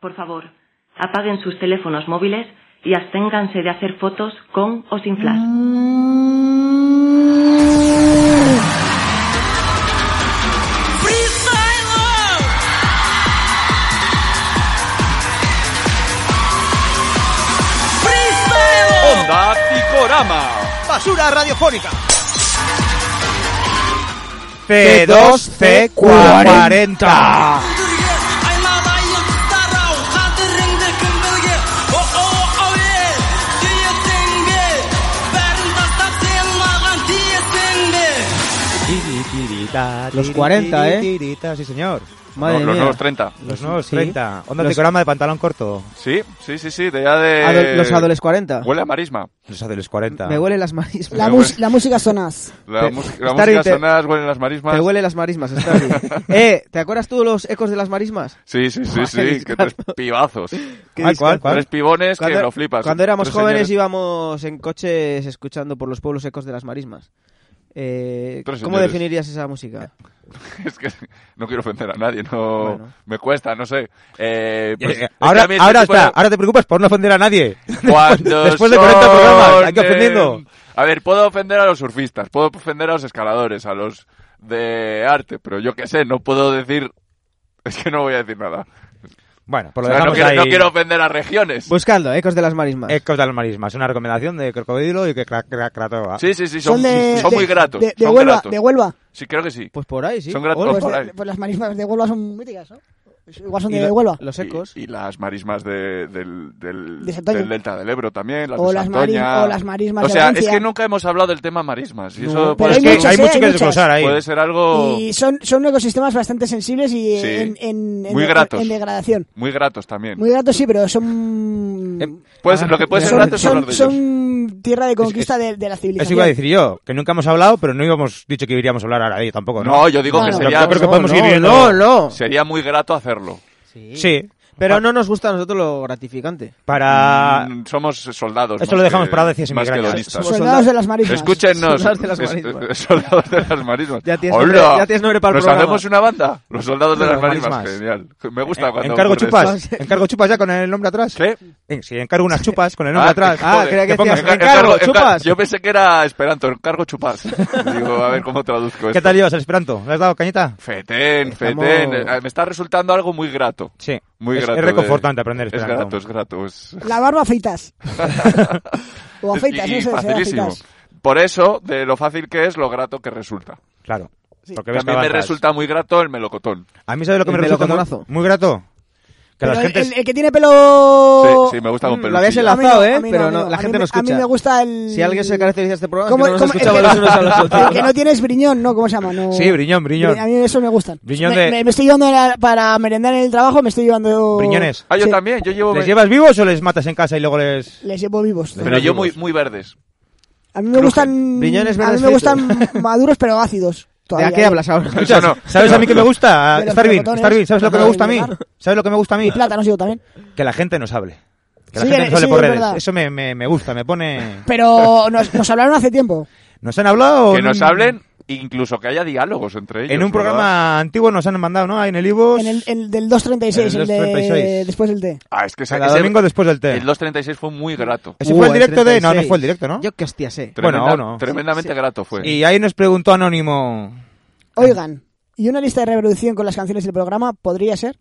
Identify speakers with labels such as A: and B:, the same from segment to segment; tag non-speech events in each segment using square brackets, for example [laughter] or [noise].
A: Por favor, apaguen sus teléfonos móviles y absténganse de hacer fotos con o sin flash.
B: Onda Picorama.
C: Basura radiofónica.
D: P2C40. Los 40, ¿eh?
C: Sí, señor.
D: Madre
B: No, los
D: mía.
B: nuevos 30.
C: Los nuevos
D: Sí.
C: 30. Onda
D: Los-
C: de programa de pantalón corto.
B: Sí, sí, sí, sí, de ya de...
D: Ado- los adoles 40.
B: Huele a marisma.
C: Los de los 40.
D: Me huelen las marismas.
E: La,
B: Pero
E: mus- la música sonás.
B: La,
D: Te-
B: mus- la
D: Starry,
B: música
D: te-
B: sonas, huelen las marismas.
D: Me huelen las marismas, está
B: [laughs]
D: bien. eh, ¿te acuerdas tú los ecos de las marismas?
B: Sí, sí, sí, sí, que tres pibazos.
D: Qué
C: Ah, ¿cuál, cuál?
B: Tres pibones que lo flipas.
D: cuando éramos
B: Tres
D: jóvenes
B: señores-
D: íbamos en coches escuchando por los pueblos ecos de las marismas. Eh,
B: Tres
D: ¿Cómo
B: señores.
D: definirías esa música?
B: [laughs] Eh, Es que no quiero ofender a nadie, no...
D: Bueno.
B: Me cuesta, no sé. Eh, pues, es que
C: Ahora,
B: a mí este
C: ahora
B: tipo
C: está,
B: de-
C: ahora te preocupas por no ofender a nadie.
B: Cuando
C: [laughs] Después de
B: son,
C: 40 programas, hay que
B: eh,
C: ofendiendo.
B: A ver, puedo ofender a los surfistas, puedo ofender a los escaladores, a los de arte, pero yo qué sé, no puedo decir... [laughs] Es que no voy a decir nada.
C: Bueno, por
B: O
E: Pues
C: lo
B: sea, no,
C: dejamos
B: quiero,
C: ahí.
B: no quiero ofender a regiones.
D: Buscando ecos de las marismas.
C: Ecos de las marismas, una recomendación de Crocodilo y que cra- cra- Cratoa.
B: Sí, sí, sí, son,
E: de,
B: son
E: de-
B: muy gratos.
E: De, de
B: son
E: Huelva,
B: gratos.
E: de Huelva.
B: Sí, creo que sí.
D: pues por ahí, sí.
B: Son gratis.
D: Hola.
B: Pues
E: Pues,
B: por
E: de-
B: ahí.
E: pues las marismas de Huelva son míticas, ¿no? Pues Igual son
D: Y
E: de
D: lo-
E: Huelva.
D: Los ecos.
B: Y, y las marismas de- del, del,
E: De Santoña.
B: del delta del Ebro también, las
E: O
B: de
E: las mari-
B: Santoña.
E: o las marismas
B: O
E: de
B: sea, es
E: Valencia.
B: que nunca hemos hablado del tema marismas. Y
D: No,
B: eso
D: pero
B: puede,
C: Es
E: hay
C: que
B: ser,
E: muchas,
C: hay
E: eh,
C: mucho
E: hay
C: que
E: muchas.
C: desglosar ahí.
B: puede ser algo
E: Y son, son ecosistemas bastante sensibles y
B: Oh. Sí.
E: en, en- en-
B: Muy
E: en-
B: gratos.
E: en degradación.
B: muy gratos también.
E: Muy gratos sí, pero son...
D: Eh,
B: Pues, lo que puede ser
E: son,
B: gratos son,
E: son-
B: los de ellos.
E: son tierra de conquista de, de la
C: Eso
E: civilización.
C: iba a decir yo, que nunca hemos hablado, pero no íbamos dicho que iríamos a hablar ahora ahí tampoco, ¿no?
B: No, yo digo
E: No,
B: que
E: no.
B: sería,
C: Yo creo que
D: No,
C: podemos
D: no,
C: ir viendo-
D: No, no.
B: sería muy grato hacerlo.
C: Sí.
B: Ah.
D: Pero no nos gusta a nosotros lo gratificante.
C: Para...
B: Mm, Somos soldados.
C: Ah, Esto
B: más
C: lo dejamos
B: que-
C: para decir sin
B: Más que
C: migrañas.
B: donistas.
D: Somos-
E: Soldados de las marismas.
B: Escúchenos.
D: Soldados de las
B: es-
D: marismas.
B: es- [laughs] soldados de las marismas.
D: Ya tienes nombre-
B: Hola.
D: ya tienes nombre para el
B: ¿Nos
D: programa.
B: hacemos una banda? Los soldados de
C: Los
B: las marismas.
C: marismas.
B: Genial. Me gusta cuando.
C: ¿Encargo
B: ocurre eso.
C: chupas? ¿Encargo chupas ya con el nombre atrás?
B: ¿Qué?
C: Eh, Sí, encargo unas chupas con el nombre
B: Ah,
C: atrás.
B: joder. Ah, creía
D: que
C: pongas-
D: decías-
B: Enca-
D: encargo,
B: enca-
D: chupas.
B: Yo pensé que era Esperanto. Encargo chupas. [laughs] Digo, a ver cómo traduzco esto.
C: ¿Qué tal llevas el esperanto? ¿Le has dado cañita?
B: Fetén,
D: Estamos-
B: fetén. Eh, Me está resultando algo muy grato.
C: Sí.
B: Muy
C: es,
B: grato.
C: es
B: de-
C: reconfortante aprender
B: Es
C: esperanto.
B: grato, es grato. es-
E: La barba afeitas. o afeitas,
B: y,
E: no
B: y
E: sé, se
B: facilísimo.
E: afeitas.
B: Por eso, de lo fácil que es, lo grato que resulta.
C: Claro. Porque ves que
B: También me
C: avanzas.
B: resulta muy grato el melocotón.
C: A mí sabes lo que me
D: El
C: resulta muy,
D: melocotonazo.
C: muy grato. Que
E: Pero
C: las
E: el-
C: gentes...
E: el, el que tiene pelo...
B: Sí, sí, me gusta con
D: Mm, lo habías
B: pelusilla.
E: A mí no,
D: Enlazado, ¿eh?
E: a mí
D: Pero
E: a mí
D: no, la
E: A
D: gente no
E: mí me- A mí
D: escucha.
E: me gusta el...
D: Si alguien se caracteriza de este programa, es
E: ¿Cómo-
D: que no nos
E: cómo-
D: escuchaba
E: el que-
D: los unos a los
E: [laughs] El que no
D: otros.
E: tiene es briñón, ¿no? ¿Cómo se llama? No...
C: Sí, briñón, briñón.
E: A mí eso me gustan.
C: Briñón
E: me,
C: de-
E: me- me estoy llevando la- para merendar en el trabajo, me estoy llevando...
C: Briñones.
B: Ah, yo
E: Sí.
B: también, yo llevo...
C: ¿Les llevas vivos o les matas en casa y luego les...?
E: Les llevo vivos.
B: Pero yo muy, muy verdes.
E: A mí me gustan...
D: Briñones
E: a mí
D: verdes
E: me
D: fritos.
E: gustan maduros pero ácidos.
D: ¿De
E: Todavía. ¿eh?
D: a qué hablas ahora?
B: Eso no.
C: ¿Sabes a mí que me gusta?
E: De los
C: Starvin,
E: melocotones.
C: Starvin, ¿sabes lo que me gusta a mí?
E: Claro.
C: ¿Sabes lo que me gusta a mí?
E: Y plátanos yo también.
C: Que la gente nos hable. Que la
E: Sí,
C: gente nos
E: sí,
C: hable
E: es
C: por redes.
E: verdad.
C: Eso me, me, me gusta, me pone...
E: Pero nos, nos hablaron hace tiempo.
C: ¿Nos han hablado?
B: Que
C: en
B: nos
C: un-
B: hablen, incluso que haya diálogos entre ellos.
C: En un
B: ¿verdad?
C: programa antiguo nos han mandado, ¿no? Ahí en el Ibos.
D: Pues
E: En el, el del 236,
C: El
E: el, de
C: 236.
E: después del T.
B: Ah, es que ese,
C: Cada
B: ese-
C: domingo después del té.
B: el 236 fue muy grato.
C: Ese
D: Uh,
E: Uh,
C: fue el directo de... No, no
D: 36.
C: fue el directo, ¿no?
D: Yo qué hostia sé.
C: Bueno,
B: Tremenda-
C: uno.
B: Tremendamente grato fue.
C: Y ahí nos preguntó Anónimo
D: Ah.
E: Oigan, ¿y una lista de reproducción con las canciones del programa podría ser?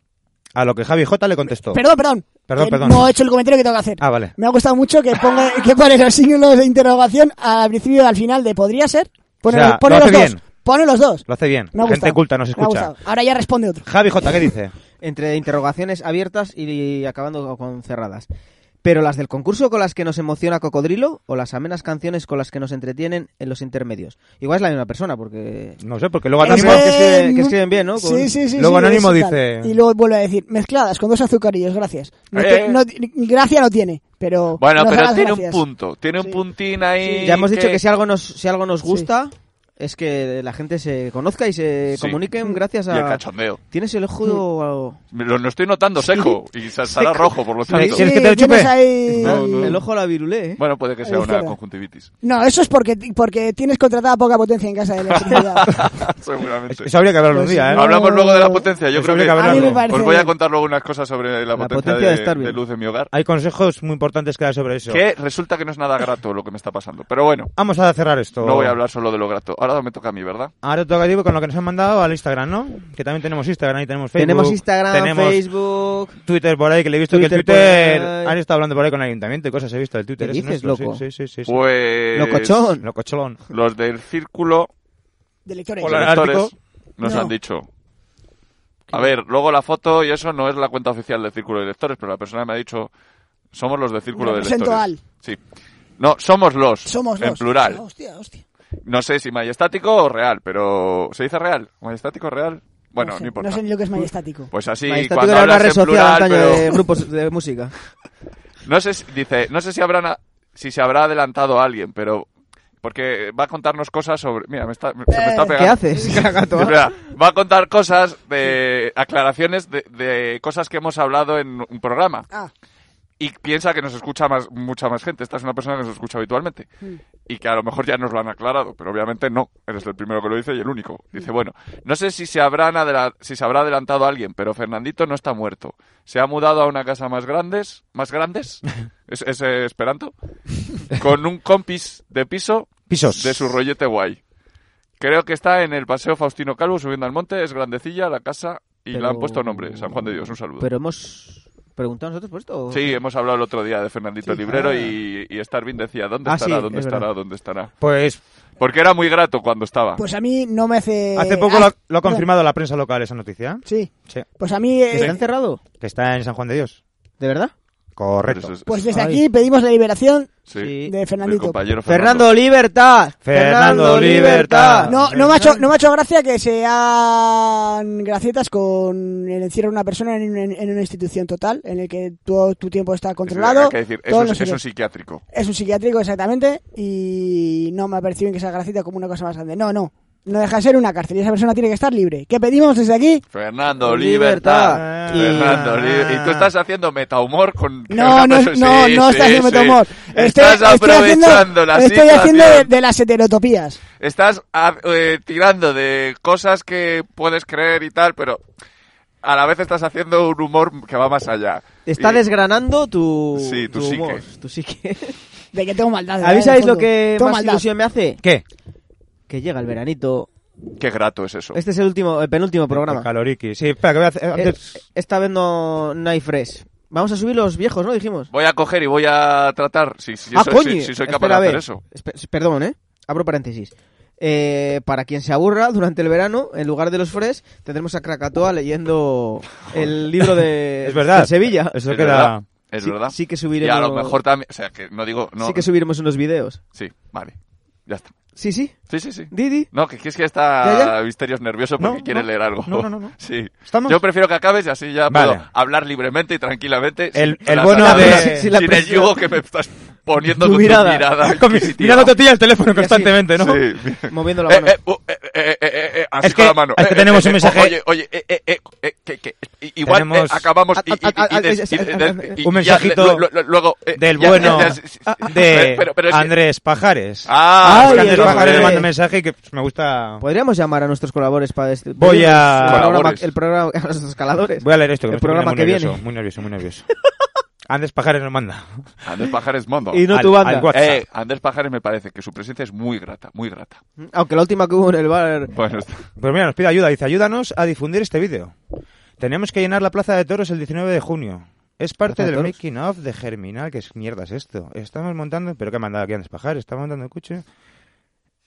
C: a lo que Javi J le
D: Oh.
C: contestó.
E: Perdón, perdón.
C: Perdón,
E: Que
C: perdón.
E: No he hecho el comentario que tengo que hacer.
C: Ah, vale.
E: Me ha gustado mucho que ponga que pone los signos de interrogación al principio y al final de podría ser. Pone,
C: O sea,
E: pone
C: lo
E: los
C: hace
E: dos.
C: bien.
E: Pone los dos.
C: Lo hace bien.
E: Me ha
C: Gente
E: gustado.
C: culta nos
E: Me ha
C: escucha.
E: gustado. Ahora ya responde otro.
C: Javi J, ¿qué dice?
D: Entre interrogaciones abiertas y acabando con cerradas. Pero las del concurso con las que nos emociona Cocodrilo o las amenas canciones con las que nos entretienen en los intermedios. Igual es la misma persona, porque...
C: No sé, porque luego
D: Ese-
C: Anónimo...
D: que escriben- que escriben bien, ¿no? Con-
E: Sí, sí, sí.
C: Luego
E: sí,
C: Anónimo
E: eso y tal.
C: dice-
E: Y luego vuelve a decir, mezcladas con dos azucarillos, gracias. No
B: Eh,
E: te-
B: eh.
E: no- ni- gracia no tiene, pero.
B: Bueno,
E: nos
B: pero
E: da las
B: tiene un
E: gracias.
B: punto. Tiene un puntín ahí.
D: Ya hemos dicho que si algo nos, si algo nos
E: Sí.
D: gusta, es que la gente se conozca y se
B: Sí.
D: comuniquen gracias
B: Y el
D: a...
B: cachondeo.
D: Tienes el ojo...
B: Me Lo, lo estoy notando
C: [laughs]
B: seco y sa- estará rojo, por lo tanto.
C: ¿Quieres que te lo chupe?
E: tienes ahí-
B: No, no.
D: El ojo a la virulé, ¿eh?
B: Bueno, puede que sea una
E: Ligera.
B: conjuntivitis.
E: No, eso es porque, porque tienes contratada poca potencia en casa de electricidad.
C: [laughs]
B: [laughs] Seguramente.
C: Eso habría que hablarlo un
E: Pues
C: día, ¿eh?
E: no.
B: Hablamos luego de la potencia. Yo
C: Eso
B: creo
C: habría
B: que
C: que hablarlo.
E: A mí me parece
B: os voy a
E: bien.
B: contar luego unas cosas sobre la, potencia,
D: potencia de
B: de,
D: Starbucks.
B: de luz en mi hogar.
C: Hay consejos muy importantes que dar sobre eso.
B: Que resulta que no es nada grato lo que me está pasando. Pero bueno,
C: Vamos a cerrar esto.
B: no voy a hablar solo de lo grato. Ahora me toca a mí, ¿verdad?
C: Ahora toca digo, con lo que nos han mandado al Instagram, ¿no? Que también tenemos Instagram y tenemos Facebook.
D: tenemos Instagram,
C: tenemos
D: Facebook...
C: Twitter por ahí, que le he visto que el
D: Twitter
C: Twitter...
D: por ahí.
C: Han estado hablando por ahí con el ayuntamiento y cosas, he visto el Twitter.
D: ¿Qué
C: ese
D: dices,
C: nuestro,
D: loco?
C: Sí, sí, sí. sí.
B: Pues...
D: Locochón.
C: Lococholón.
B: Los del círculo
E: de lectores.
C: Hola.
B: los lectores
C: Ártico.
B: nos
E: No.
B: han dicho. A ver, luego la foto y eso no es la cuenta oficial del Círculo de Lectores, pero la persona me ha dicho, somos los del Círculo de
E: Represento
B: Lectores.
E: al.
B: Sí. No, somos los,
E: Somos
B: en
E: dos.
B: plural.
E: Hostia, hostia.
B: No sé si majestático o real, pero ¿se dice real? ¿Majestático real? Bueno, no,
E: sé,
B: importa.
E: No sé ni lo que es majestático.
B: Pues así,
D: Majestático
B: cuando
D: era una
B: hablas
D: red
B: en
D: social
B: plural,
D: antaño
B: pero...
D: de grupos de música.
B: [laughs] No sé, si, dice, no sé si habrán, a- si se habrá adelantado a alguien, pero porque va a contarnos cosas sobre. Mira, me está, me- se me está
E: Eh,
B: pegando.
C: [laughs]
D: ¿Qué haces?
B: [laughs]
D: Gato?
B: Espera, va a contar cosas de aclaraciones de, de cosas que hemos hablado en un programa
E: Ah,
B: y piensa que nos escucha más, mucha más gente. Esta es una persona que nos escucha habitualmente y que a lo mejor ya nos lo han aclarado, pero obviamente no. Eres el primero que lo dice y el único. Dice, bueno, no sé si se, habrán adela- si se habrá adelantado alguien, pero Fernandito no está muerto. Se ha mudado a una casa más grandes, más grandes, es, es, eh, esperanto, con un compis de piso
C: Pisos.
B: de su rollete guay. Creo que está en el Paseo Faustino Calvo subiendo al monte, es grandecilla la casa y le
D: Pero-
B: han puesto nombre, San Juan de Dios, un saludo.
D: Pero hemos preguntado nosotros por esto. ¿o?
B: Sí, hemos hablado el otro día de Fernandito
D: Sí.
B: Librero
D: Ah.
B: y, y Starvin decía, ¿dónde
D: Ah,
B: estará?
D: sí,
B: ¿Dónde
D: es
B: estará?
D: verdad.
B: ¿Dónde estará?
C: Pues
B: Porque era muy grato cuando estaba.
E: pues a mí no me
D: Eh,
E: hace...
C: hace poco
E: Ah,
C: lo, lo ha
E: perdón.
C: confirmado la prensa local esa noticia.
E: Sí.
C: Sí.
E: Pues a mí... eh,
D: ¿Que se han cerrado?
C: Que está en San Juan de Dios.
D: ¿De verdad?
B: Pero
C: Correcto.
B: eso es-
E: pues desde
D: Ay.
E: aquí pedimos la liberación.
B: sí,
D: sí.
E: de
B: del
E: Fernandito.
B: compañero Fernando.
D: Fernando Libertad.
C: Fernando Libertad.
E: No, no, me ha hecho, no me ha hecho gracia que sean gracietas con el encierro de una persona en, en- en una institución total, en el que todo tu tiempo está controlado.
B: Hay que decir,
E: todo
B: eso,
E: no
B: es,
E: sé
B: eso
E: qué.
B: es psiquiátrico.
E: Es un psiquiátrico, exactamente, y no me ha parecido bien que sea gracita como una cosa más grande. No, no. No deja de ser una cárcel y esa persona tiene que estar libre. ¿Qué pedimos desde aquí?
B: Fernando Libertad.
D: Libertad.
C: Y-
B: Fernando Li- Y tú estás haciendo metahumor con. [laughs]
E: No, no,
B: sí,
E: no,
B: Ah,
E: no
B: pues, sí,
E: estás haciendo
B: sí.
E: tomor.
B: Estás aprovechando la
E: estoy haciendo de,
B: situación.
E: de las heterotopías.
B: Estás ah, eh, tirando de cosas que puedes creer y tal, pero a la vez estás haciendo un humor que va más allá.
D: Está
B: Y-
D: desgranando tu,
B: eh, Sí, tu psique.
D: humor,
B: [laughs]
D: tu psique.
E: De que tengo maldad.
D: [laughs] ¿A mí
E: ¿eh?
D: sabéis
E: De
D: lo
E: fondo.
D: que
E: Tengo
D: más
E: maldad.
D: ilusión me hace?
C: ¿Qué?
D: Que llega el veranito.
B: Qué grato es eso.
D: Este es el último, el penúltimo
C: El
D: programa.
C: Caloriki. Sí, espera, que voy a hacer...
D: Eh,
C: antes-
D: Esta vez no, no hay fresh. Vamos a subir los viejos, ¿no? Dijimos.
B: Voy a coger y voy a tratar si, si,
D: ah,
B: soy,
D: coño.
B: si- si soy capaz
D: Espera, a
B: de
D: ver.
B: hacer eso.
D: Espe- perdón, ¿eh? Abro paréntesis. Eh, para quien se aburra durante el verano, en lugar de los fresh, tendremos a Krakatoa leyendo el
B: [laughs]
D: libro de,
C: Es verdad.
D: de Sevilla.
C: Eso
B: Es
C: queda...
B: verdad. Es
D: sí,
B: verdad.
D: sí que
B: y
D: subiremos.
B: a lo mejor también. O sea, que no digo. No,
D: Sí que subiremos unos videos.
B: sí, vale. Ya está.
D: Sí, sí.
B: Sí, sí, sí. [laughs]
D: Didi.
B: No, que es que está
D: ¿Ya, ya?
B: Misterios nervioso porque
C: No,
B: quiere
C: no.
B: leer algo.
C: No, no, no, no.
B: [laughs] Sí.
C: ¿Estamos?
B: Yo prefiero que acabes y así ya
C: Vale.
B: puedo hablar libremente y tranquilamente.
C: El-
B: sin
C: el
B: las
C: bono
B: ataduras,
C: de-
D: sin la
B: sin el
D: presión.
B: yugo que me estás poniendo
D: Tu
B: con
D: mirada.
B: tu mirada.
C: [laughs] Con mi-
B: inquisitiva.
C: mirando tía el teléfono constantemente, ¿no? [laughs]
B: Sí.
D: Moviendo la
B: Eh,
D: mano.
B: eh, uh, eh, eh, eh, eh, eh, así
C: Es que-
B: con la mano.
C: es que
B: Eh,
C: tenemos
B: eh,
C: un
B: eh,
C: mensaje-
B: Oye, oye, eh, eh, eh, eh, que- que- igual eh,
C: Tenemos-
B: acabamos. y- y- y-
D: a- a-
B: y des- y-
D: a- a-
B: des- y-
C: un
B: y ya-
C: mensajito
B: lu- lu- Luego. eh,
C: Del
B: ya-
C: bueno
B: ya- sí, sí,
C: Ah,
B: sí.
C: de
B: Pero- pero es que-
C: Andrés Pajares.
B: Ah,
C: Es que
D: Ay,
C: Andrés
D: el
C: Pajares le
D: hombre.
C: manda un mensaje que pues, me gusta...
D: Podríamos llamar a nuestros colaboradores para este.
C: Voy a-
D: El programa,
B: Colaboradores.
D: el programa- a nuestros escaladores.
C: Voy a leer esto, que
D: El
C: me estoy
D: programa
C: poniendo
D: que
C: muy nervioso,
D: viene.
C: Muy nervioso, muy
D: [laughs]
C: nervioso. Andrés Pajares nos manda.
B: Andrés Pajares Mondo.
D: Y no
C: Al-
D: tu banda.
C: al WhatsApp.
B: Eh, Andrés Pajares me parece que su presencia es muy grata, muy grata.
D: Aunque la última que hubo en el bar.
B: Bueno, [laughs] está-
C: Pues mira, nos pide ayuda. Dice, ayúdanos a difundir este vídeo. Tenemos que llenar la Plaza de Toros el 19 de junio. Es parte
D: ¿Plaza de
C: del
D: Toros?
C: making of de Germinal. ¿Qué es- mierda es esto? Estamos montando... ¿Pero qué ha mandado aquí Andrés Pajares? Estamos montando el coche...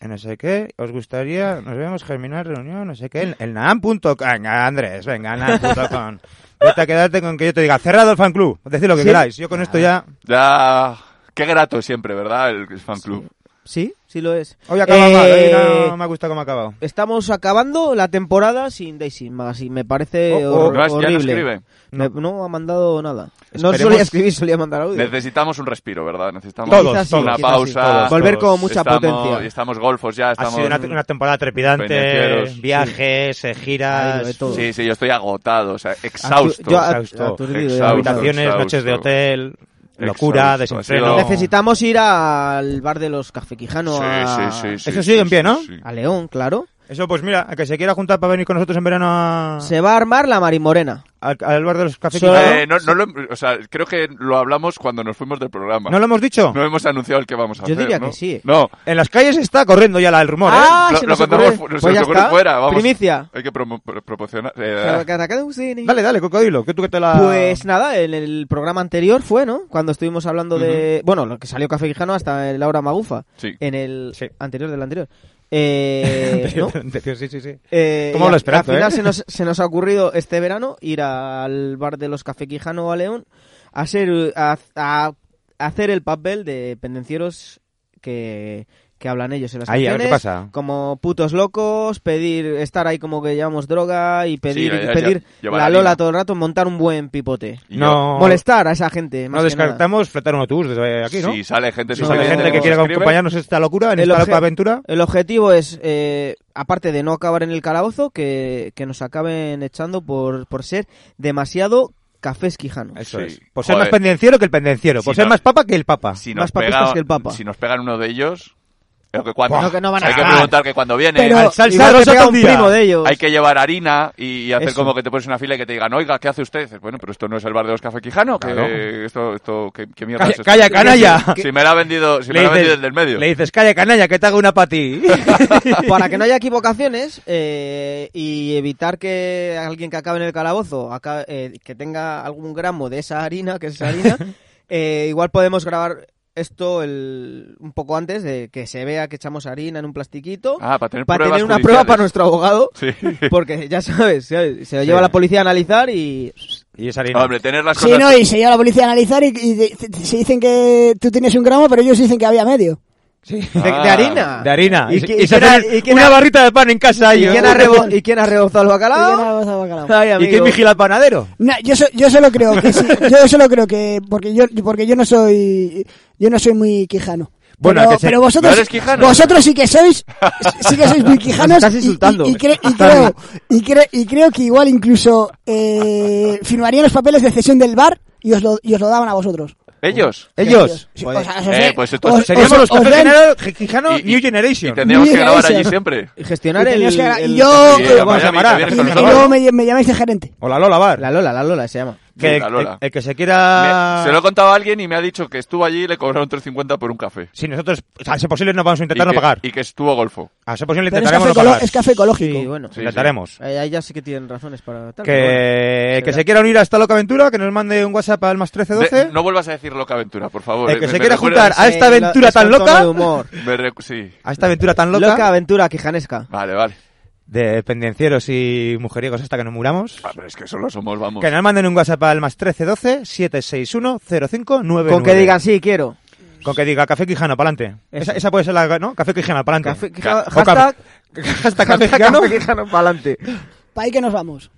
C: en No sé qué, os gustaría, nos vemos germinar reunión, no sé qué, el, el naam.com, venga Andrés, venga
D: [laughs]
C: naam.com, vete a quedarte con que yo te diga, cerrado el fan club, decid lo que
D: Sí. Ah.
C: queráis, yo con esto ya,
B: ya. Qué grato es siempre, ¿verdad? El fan club.
D: Sí, sí lo es.
C: Hoy acaba mal,
D: Eh,
C: hoy no me ha gustado cómo ha acabado.
D: Estamos acabando la temporada sin Daisy Magazine. Me parece
C: Oh, oh,
D: hor-
B: No, es- ya no
D: horrible.
B: escribe.
D: Me- no, ha mandado nada. No
C: Esperemos-
D: solía escribir, solía mandar audio.
B: Necesitamos un respiro, ¿verdad? Necesitamos
C: Todos,
D: Quizás sí,
C: todos.
B: una
D: quizás sí.
B: pausa.
C: todos.
D: Volver con
C: Todos.
D: mucha
B: estamos,
D: potencia.
B: y estamos golfos ya,
C: Ha
B: estamos...
C: sido una, una temporada trepidante,
B: pendencieros.
C: viajes, eh,
D: Ha
C: giras,
D: habido de todo.
B: Sí, sí, yo estoy agotado, o sea,
D: Actu-
B: exhausto.
D: yo a-
C: Exhausto.
D: aturdido y
B: Exhausto.
D: agotado.
C: habitaciones,
B: Exhausto.
C: noches de hotel, locura,
B: Exhausto.
C: desenfreno.
B: Ha sido-
D: Necesitamos ir al bar de los Cafequijano a,
B: Sí, sí, sí, sí,
C: Eso
B: sí,
C: sigue en
B: sí,
C: pie, ¿no?
B: sí.
D: a León, claro.
C: Eso, pues mira, a que se quiera juntar para venir con nosotros en verano a-
D: Se va a armar la Marimorena.
C: al, al bar de los cafés.
D: Solo-
C: Quijano.
B: Eh, no, no lo- o sea, creo que lo hablamos cuando nos fuimos del programa.
C: ¿No lo hemos dicho?
B: No hemos anunciado el que vamos a
D: Yo
B: hacer.
D: diría
B: ¿no?
D: que sí.
B: No,
C: En las calles está corriendo ya la- el rumor, ¿eh?
D: ah,
B: lo,
D: se
B: lo
D: nos
B: contamos
D: ocurre.
B: fu-
D: Pues
B: se nos
D: ya
B: ocurre
D: está.
B: fuera. Vamos.
D: Primicia.
B: Hay que promo- pro- proporcionar. eh,
C: ¿eh?
D: Dale.
C: Dale, dale, cocodrilo, que tú que te la... [laughs]
D: Pues nada, en el programa anterior fue, ¿no? Cuando estuvimos hablando de. Bueno, lo que salió Café Quijano hasta Laura Magufa.
B: Sí.
D: En el
C: Sí.
D: anterior del anterior.
C: [laughs]
D: Eh, ¿no?
C: sí, sí, sí.
D: Eh,
C: Tómalo
D: y a-
C: esperanto,
D: Al final
C: ¿eh?
D: se, nos, se nos ha ocurrido este verano ir al bar de los Café Quijano a León a, ser, a, a hacer el papel de pendencieros que, que hablan ellos en las
C: Ahí, a ver qué
D: canciones,
C: pasa.
D: Como putos locos, pedir, estar ahí como que llevamos droga y pedir,
B: ya, ya,
D: pedir
B: llevar
D: la
B: harina.
D: Lola todo el rato, montar un buen pipote.
B: y
C: No,
D: Molestar a esa gente.
C: no
D: más que nada.
C: descartamos fletar un autobús desde aquí,
B: yo-
C: ¿no?
B: Si sale gente,
C: Si
D: no,
C: sale
D: no,
C: gente
D: no,
C: que
D: no,
C: quiere
B: escribe,
C: acompañarnos en esta locura, en
D: El
C: esta
D: obje-
C: loca aventura.
D: El objetivo es, eh, aparte de no acabar en el calabozo, que, que nos acaben echando por, por ser demasiado cafés quijano.
C: Eso
B: Sí.
C: es. Por ser
B: Joder.
C: más pendenciero que el pendenciero. Por
B: Si
C: ser
B: no-
C: más papa que el papa.
B: Si
D: Más
B: nos,
D: papistas
B: pega-
D: que el Papa.
B: si nos pegan uno de ellos, creo que cuando,
D: No, que no van a
B: hay que
D: estar.
B: preguntar que cuando viene
E: Pero-
C: Al
E: Al
C: salsa
D: Igual te
C: rosa
D: pega un primo de ellos. [laughs]
B: hay que llevar harina y, y hacer
D: Eso.
B: como que te pones una fila y que te digan, oiga, ¿qué hace usted? Dices, bueno, pero esto no es el bar de los Café Quijano, que
C: Claro.
B: esto, esto, ¿qué, qué mierda
C: Calla,
B: es esto?
C: calla, canalla.
B: Si me la ha vendido, si me la ha vendido el del medio.
C: le dices, calla, canalla, que te hago una para
B: [laughs]
C: ti.
D: Para que no haya equivocaciones eh, y evitar que alguien que acabe en el calabozo, aca- eh, que tenga algún gramo de esa harina, que es esa [laughs] harina, eh, igual podemos grabar esto el, un poco antes de que se vea que echamos harina en un plastiquito.
B: Ah, para tener,
D: para
B: pruebas
D: tener una
B: judiciales.
D: prueba para nuestro abogado,
B: Sí.
D: [laughs] porque ya sabes, ¿sabes? se lo lleva la policía a analizar y
C: y esa harina.
B: Hombre, tener las
E: Sí,
B: cosas...
E: no, y se lleva la policía a analizar y, y de- se dicen que tú tienes un gramo, pero ellos dicen que había medio.
C: Sí.
D: de, de
B: Ah.
D: harina.
C: De harina.
D: ¿Y,
C: Y,
D: qui-
C: y
D: y
C: se
D: quién ha-
C: hacen
D: y quién
C: una
D: ha-
C: barrita de pan en casa.
D: y
C: ellos. [laughs]
D: quién ha rebo- y quién ha rebozado el
E: Y yo
D: bacalao?
E: no he gozado bacalao.
D: Ay,
C: ¿Y quién
D: amigo.
C: vigila al panadero?
E: No, yo, so- yo solo creo que sí, yo solo creo que porque yo porque yo no soy yo no soy muy quijano.
C: Bueno,
E: pero,
C: que se-
E: pero vosotros
B: ¿No eres quijano?
E: vosotros sí que sois sí que sois muy
D: Nos
E: quijanos
D: estás
E: y- y-
D: insultando.
E: y, cre- y
D: Está
E: creo y, cre- y creo que igual incluso eh, firmarían los papeles de cesión del bar y os lo, y os lo daban a vosotros.
B: Ellos.
C: Ellos.
E: Sí, o sea, eso
B: Eh,
E: sí.
B: pues esto-
C: Seríamos los
E: os
C: Café
E: den-
C: Quijano- Quijano
B: Y- y-
C: New Generation.
B: Y tendríamos que
E: Mira
B: grabar allí
E: esa.
B: siempre.
D: Y gestionar
E: Y
D: el,
E: tenías que-
D: el-
E: yo-
B: Sí,
E: eh,
B: a
E: vamos
C: a
B: Miami,
C: parar.
B: te vienes con
E: Y
C: Por
E: luego
B: nosotros.
E: me, me llamáis de gerente.
C: O la Lola Bar.
D: La Lola, la Lola se llama.
C: que,
B: La Lola.
C: El, el que se quiera...
B: Me- Se lo he contado a alguien y me ha dicho que estuvo allí y le cobraron 3.50 por un café.
C: Si nosotros, o sea, a ser posible, nos vamos a
B: y
C: intentar
B: que,
C: no pagar.
B: Y que estuvo golfo.
C: A ser posible,
E: Pero es
C: intentaremos
E: café,
C: no
E: ecolo-
C: pagar.
E: es café ecológico.
D: Sí, bueno.
B: Sí,
C: Intentaremos.
D: Eh, Ahí ya sí que tienen razones para tal. pero
C: Que,
D: bueno,
C: que
D: será.
C: se quiera unir a esta loca aventura, que nos mande un WhatsApp al más 1312.
B: De- no vuelvas a decir loca aventura, por favor.
C: El
B: Eh,
C: que
B: me-
C: se
B: me
C: quiera
B: recuerda-
C: juntar a
D: Sí,
C: esta aventura
D: es con
C: tan
D: tono
C: loca.
D: de humor.
B: me recu- sí.
C: A esta aventura [laughs] tan
D: Loca.
C: loca,
D: aventura quijanesca.
B: Vale, vale.
C: de pendencieros y mujeriegos hasta que nos muramos.
B: Ah, pero es que solo somos, vamos.
C: Que nos manden un WhatsApp al más 1312 761 0599.
D: Con que digan sí, quiero.
C: Con que diga Café Quijano, pa'lante. Esa,
D: Eso.
C: esa puede ser la. ¿No? Café Quijano, pa'lante.
D: Café,
B: Ca-
C: O
D: hashtag,
C: café- Hasta Café
D: [laughs]
C: Quijano.
D: para adelante.
E: Para ahí que nos vamos.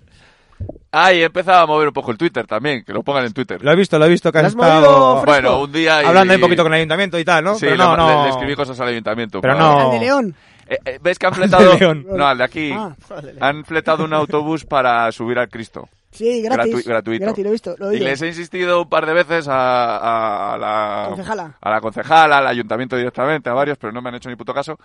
B: Ah, y he empezado a mover un poco el Twitter también, que lo pongan en Twitter.
C: Lo he visto, lo he visto que han
D: ¿Lo has movido,
C: estado
D: Fresco?
B: bueno, un día. y-
C: hablando un poquito con el ayuntamiento y tal, ¿no?
B: Sí,
C: Pero
B: le-
C: no,
B: le-
C: no.
B: le escribí cosas al ayuntamiento.
C: Pero
B: para-
C: no.
E: Al de León.
B: Eh, eh, ¿Ves
C: [laughs]
B: que han fletado?
C: León.
B: No, al de aquí.
E: Ah.
B: Han fletado un autobús para subir al Cristo.
E: Sí, gratis.
B: Gratu- gratuito.
E: Gratis, lo he visto. Lo
B: Y
E: he oído.
B: les he insistido un par de veces a, a- a la
E: Concejala.
B: a la concejala, al ayuntamiento directamente, a varios, pero no me han hecho ni puto caso,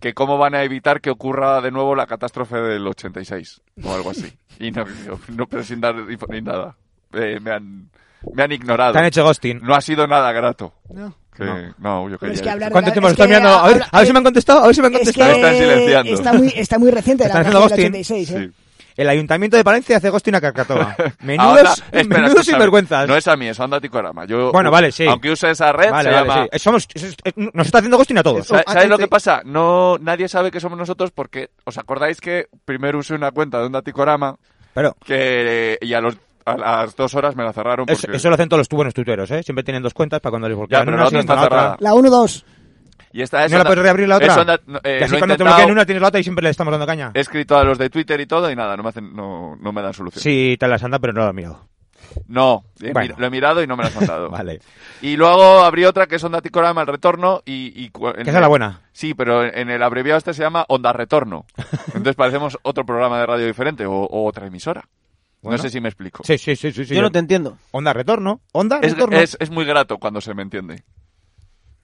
B: que cómo van a evitar que ocurra de nuevo la catástrofe del 86 o algo así. Y no, no, no, pero sin dar info- ni nada. Eh, me, han, me han ignorado.
C: Te han hecho ghosting.
B: No ha sido nada grato.
E: No.
B: Que-
C: No.
B: no. yo
E: Pero
B: quería
E: es que
B: decir-
E: hablar-
C: ¿Cuánto
E: Es
C: tiempo nos
E: que
C: están mirando? A ver,
E: habla-
C: a ver si me han contestado, a ver si me han
E: Es
C: contestado.
E: que
B: Están silenciando.
E: Está muy, está muy reciente la
C: Están
E: canción
C: haciendo
E: del
C: ghosting.
E: 86, ¿eh?
B: Sí.
C: El Ayuntamiento de Palencia hace ghosting a Carcatoa. Menudos,
B: [laughs] Ahora- espera,
C: menudos
B: escúchame,
C: sinvergüenzas.
B: No es a mí, es a Onda Ticorama. Yo,
C: Bueno, vale, sí.
B: Aunque use esa red,
C: vale,
B: se
C: vale,
B: llama
C: sí. Eh, somos- es- es- nos está haciendo ghosting a todos.
B: Sa-
D: Oh,
B: ¿Sabes lo
D: antes de-
B: que pasa? No, nadie sabe que somos nosotros porque os acordáis que primero usé una cuenta de Onda Ticorama
C: Pero
B: que eh, y a los a las dos horas me la cerraron
C: eso,
B: porque
C: eso lo hacen todos los buenos tuiteros, ¿eh? Siempre tienen dos cuentas para cuando les
B: ya
C: bloquean
B: pero
C: una,
B: la otra
C: siguen
B: está
C: con la otra.
B: cerrada.
E: La 1-2.
B: Y esta es.
C: ¿No la
B: onda-
C: puedes reabrir la otra?
B: es onda- no, eh,
C: Que así
B: lo he
C: cuando te
B: intentado, Eh,
C: bloquean una tienes la otra y siempre le estamos dando caña.
B: He escrito a los de Twitter y todo y nada, no me, hacen, no, no me dan solución.
C: Sí, te las anda, pero no lo he mirado.
B: No, he
C: Bueno.
B: mir- lo he mirado y no me las han dado.
C: [laughs] Vale.
B: Y luego abrí otra que es Onda Ticorama, el retorno. y, y cu- en
C: Que esa es la
B: el-
C: buena.
B: Sí, pero en el abreviado este se llama Onda
C: [laughs]
B: Retorno. Entonces parecemos otro programa de radio diferente o, o otra emisora.
C: Bueno.
B: No sé si me explico.
C: Sí, sí, sí, sí. sí,
D: Yo no te entiendo.
C: Onda retorno. Onda
B: Es,
C: retorno.
B: es- es muy grato cuando se me entiende.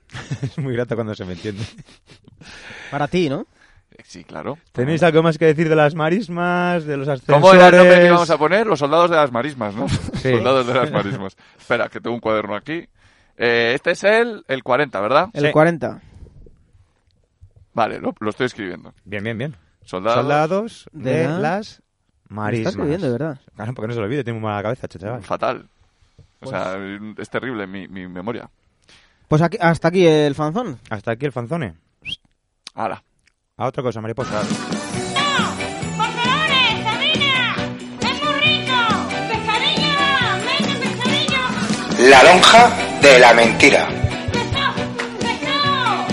C: [laughs] Es muy grato cuando se me entiende.
D: Para ti, ¿no?
B: Eh, Sí, claro.
C: ¿Tenéis algo más que decir de las marismas, de los ascensores?
B: ¿Cómo era el nombre que íbamos a poner? Los soldados de las marismas, ¿no?
C: [laughs] Sí.
B: soldados de las marismas. Espera, que tengo un cuaderno aquí. Eh, este es el, el 40, ¿verdad?
D: El
C: Sí.
D: 40.
B: Vale, lo, lo estoy escribiendo.
C: Bien, bien, bien.
B: Soldados.
C: Soldados de,
D: de la-
C: las
D: Me
C: marismas.
D: estás escribiendo, de verdad.
C: Claro, porque no se lo olvide, tengo mala cabeza, che, chaval.
B: Fatal. O sea,
C: Pues-
B: es terrible mi, mi memoria.
D: Pues aquí, hasta aquí el fanzón.
C: Hasta aquí el fanzone.
B: Hala.
C: A otra cosa, mariposa.
F: ¡Portalones, harina! ¡Es muy rico! ¡Pescadilla! ¡Venga, pescadilla!
G: La lonja de la mentira.
F: ¡Pescado! ¡Pescado!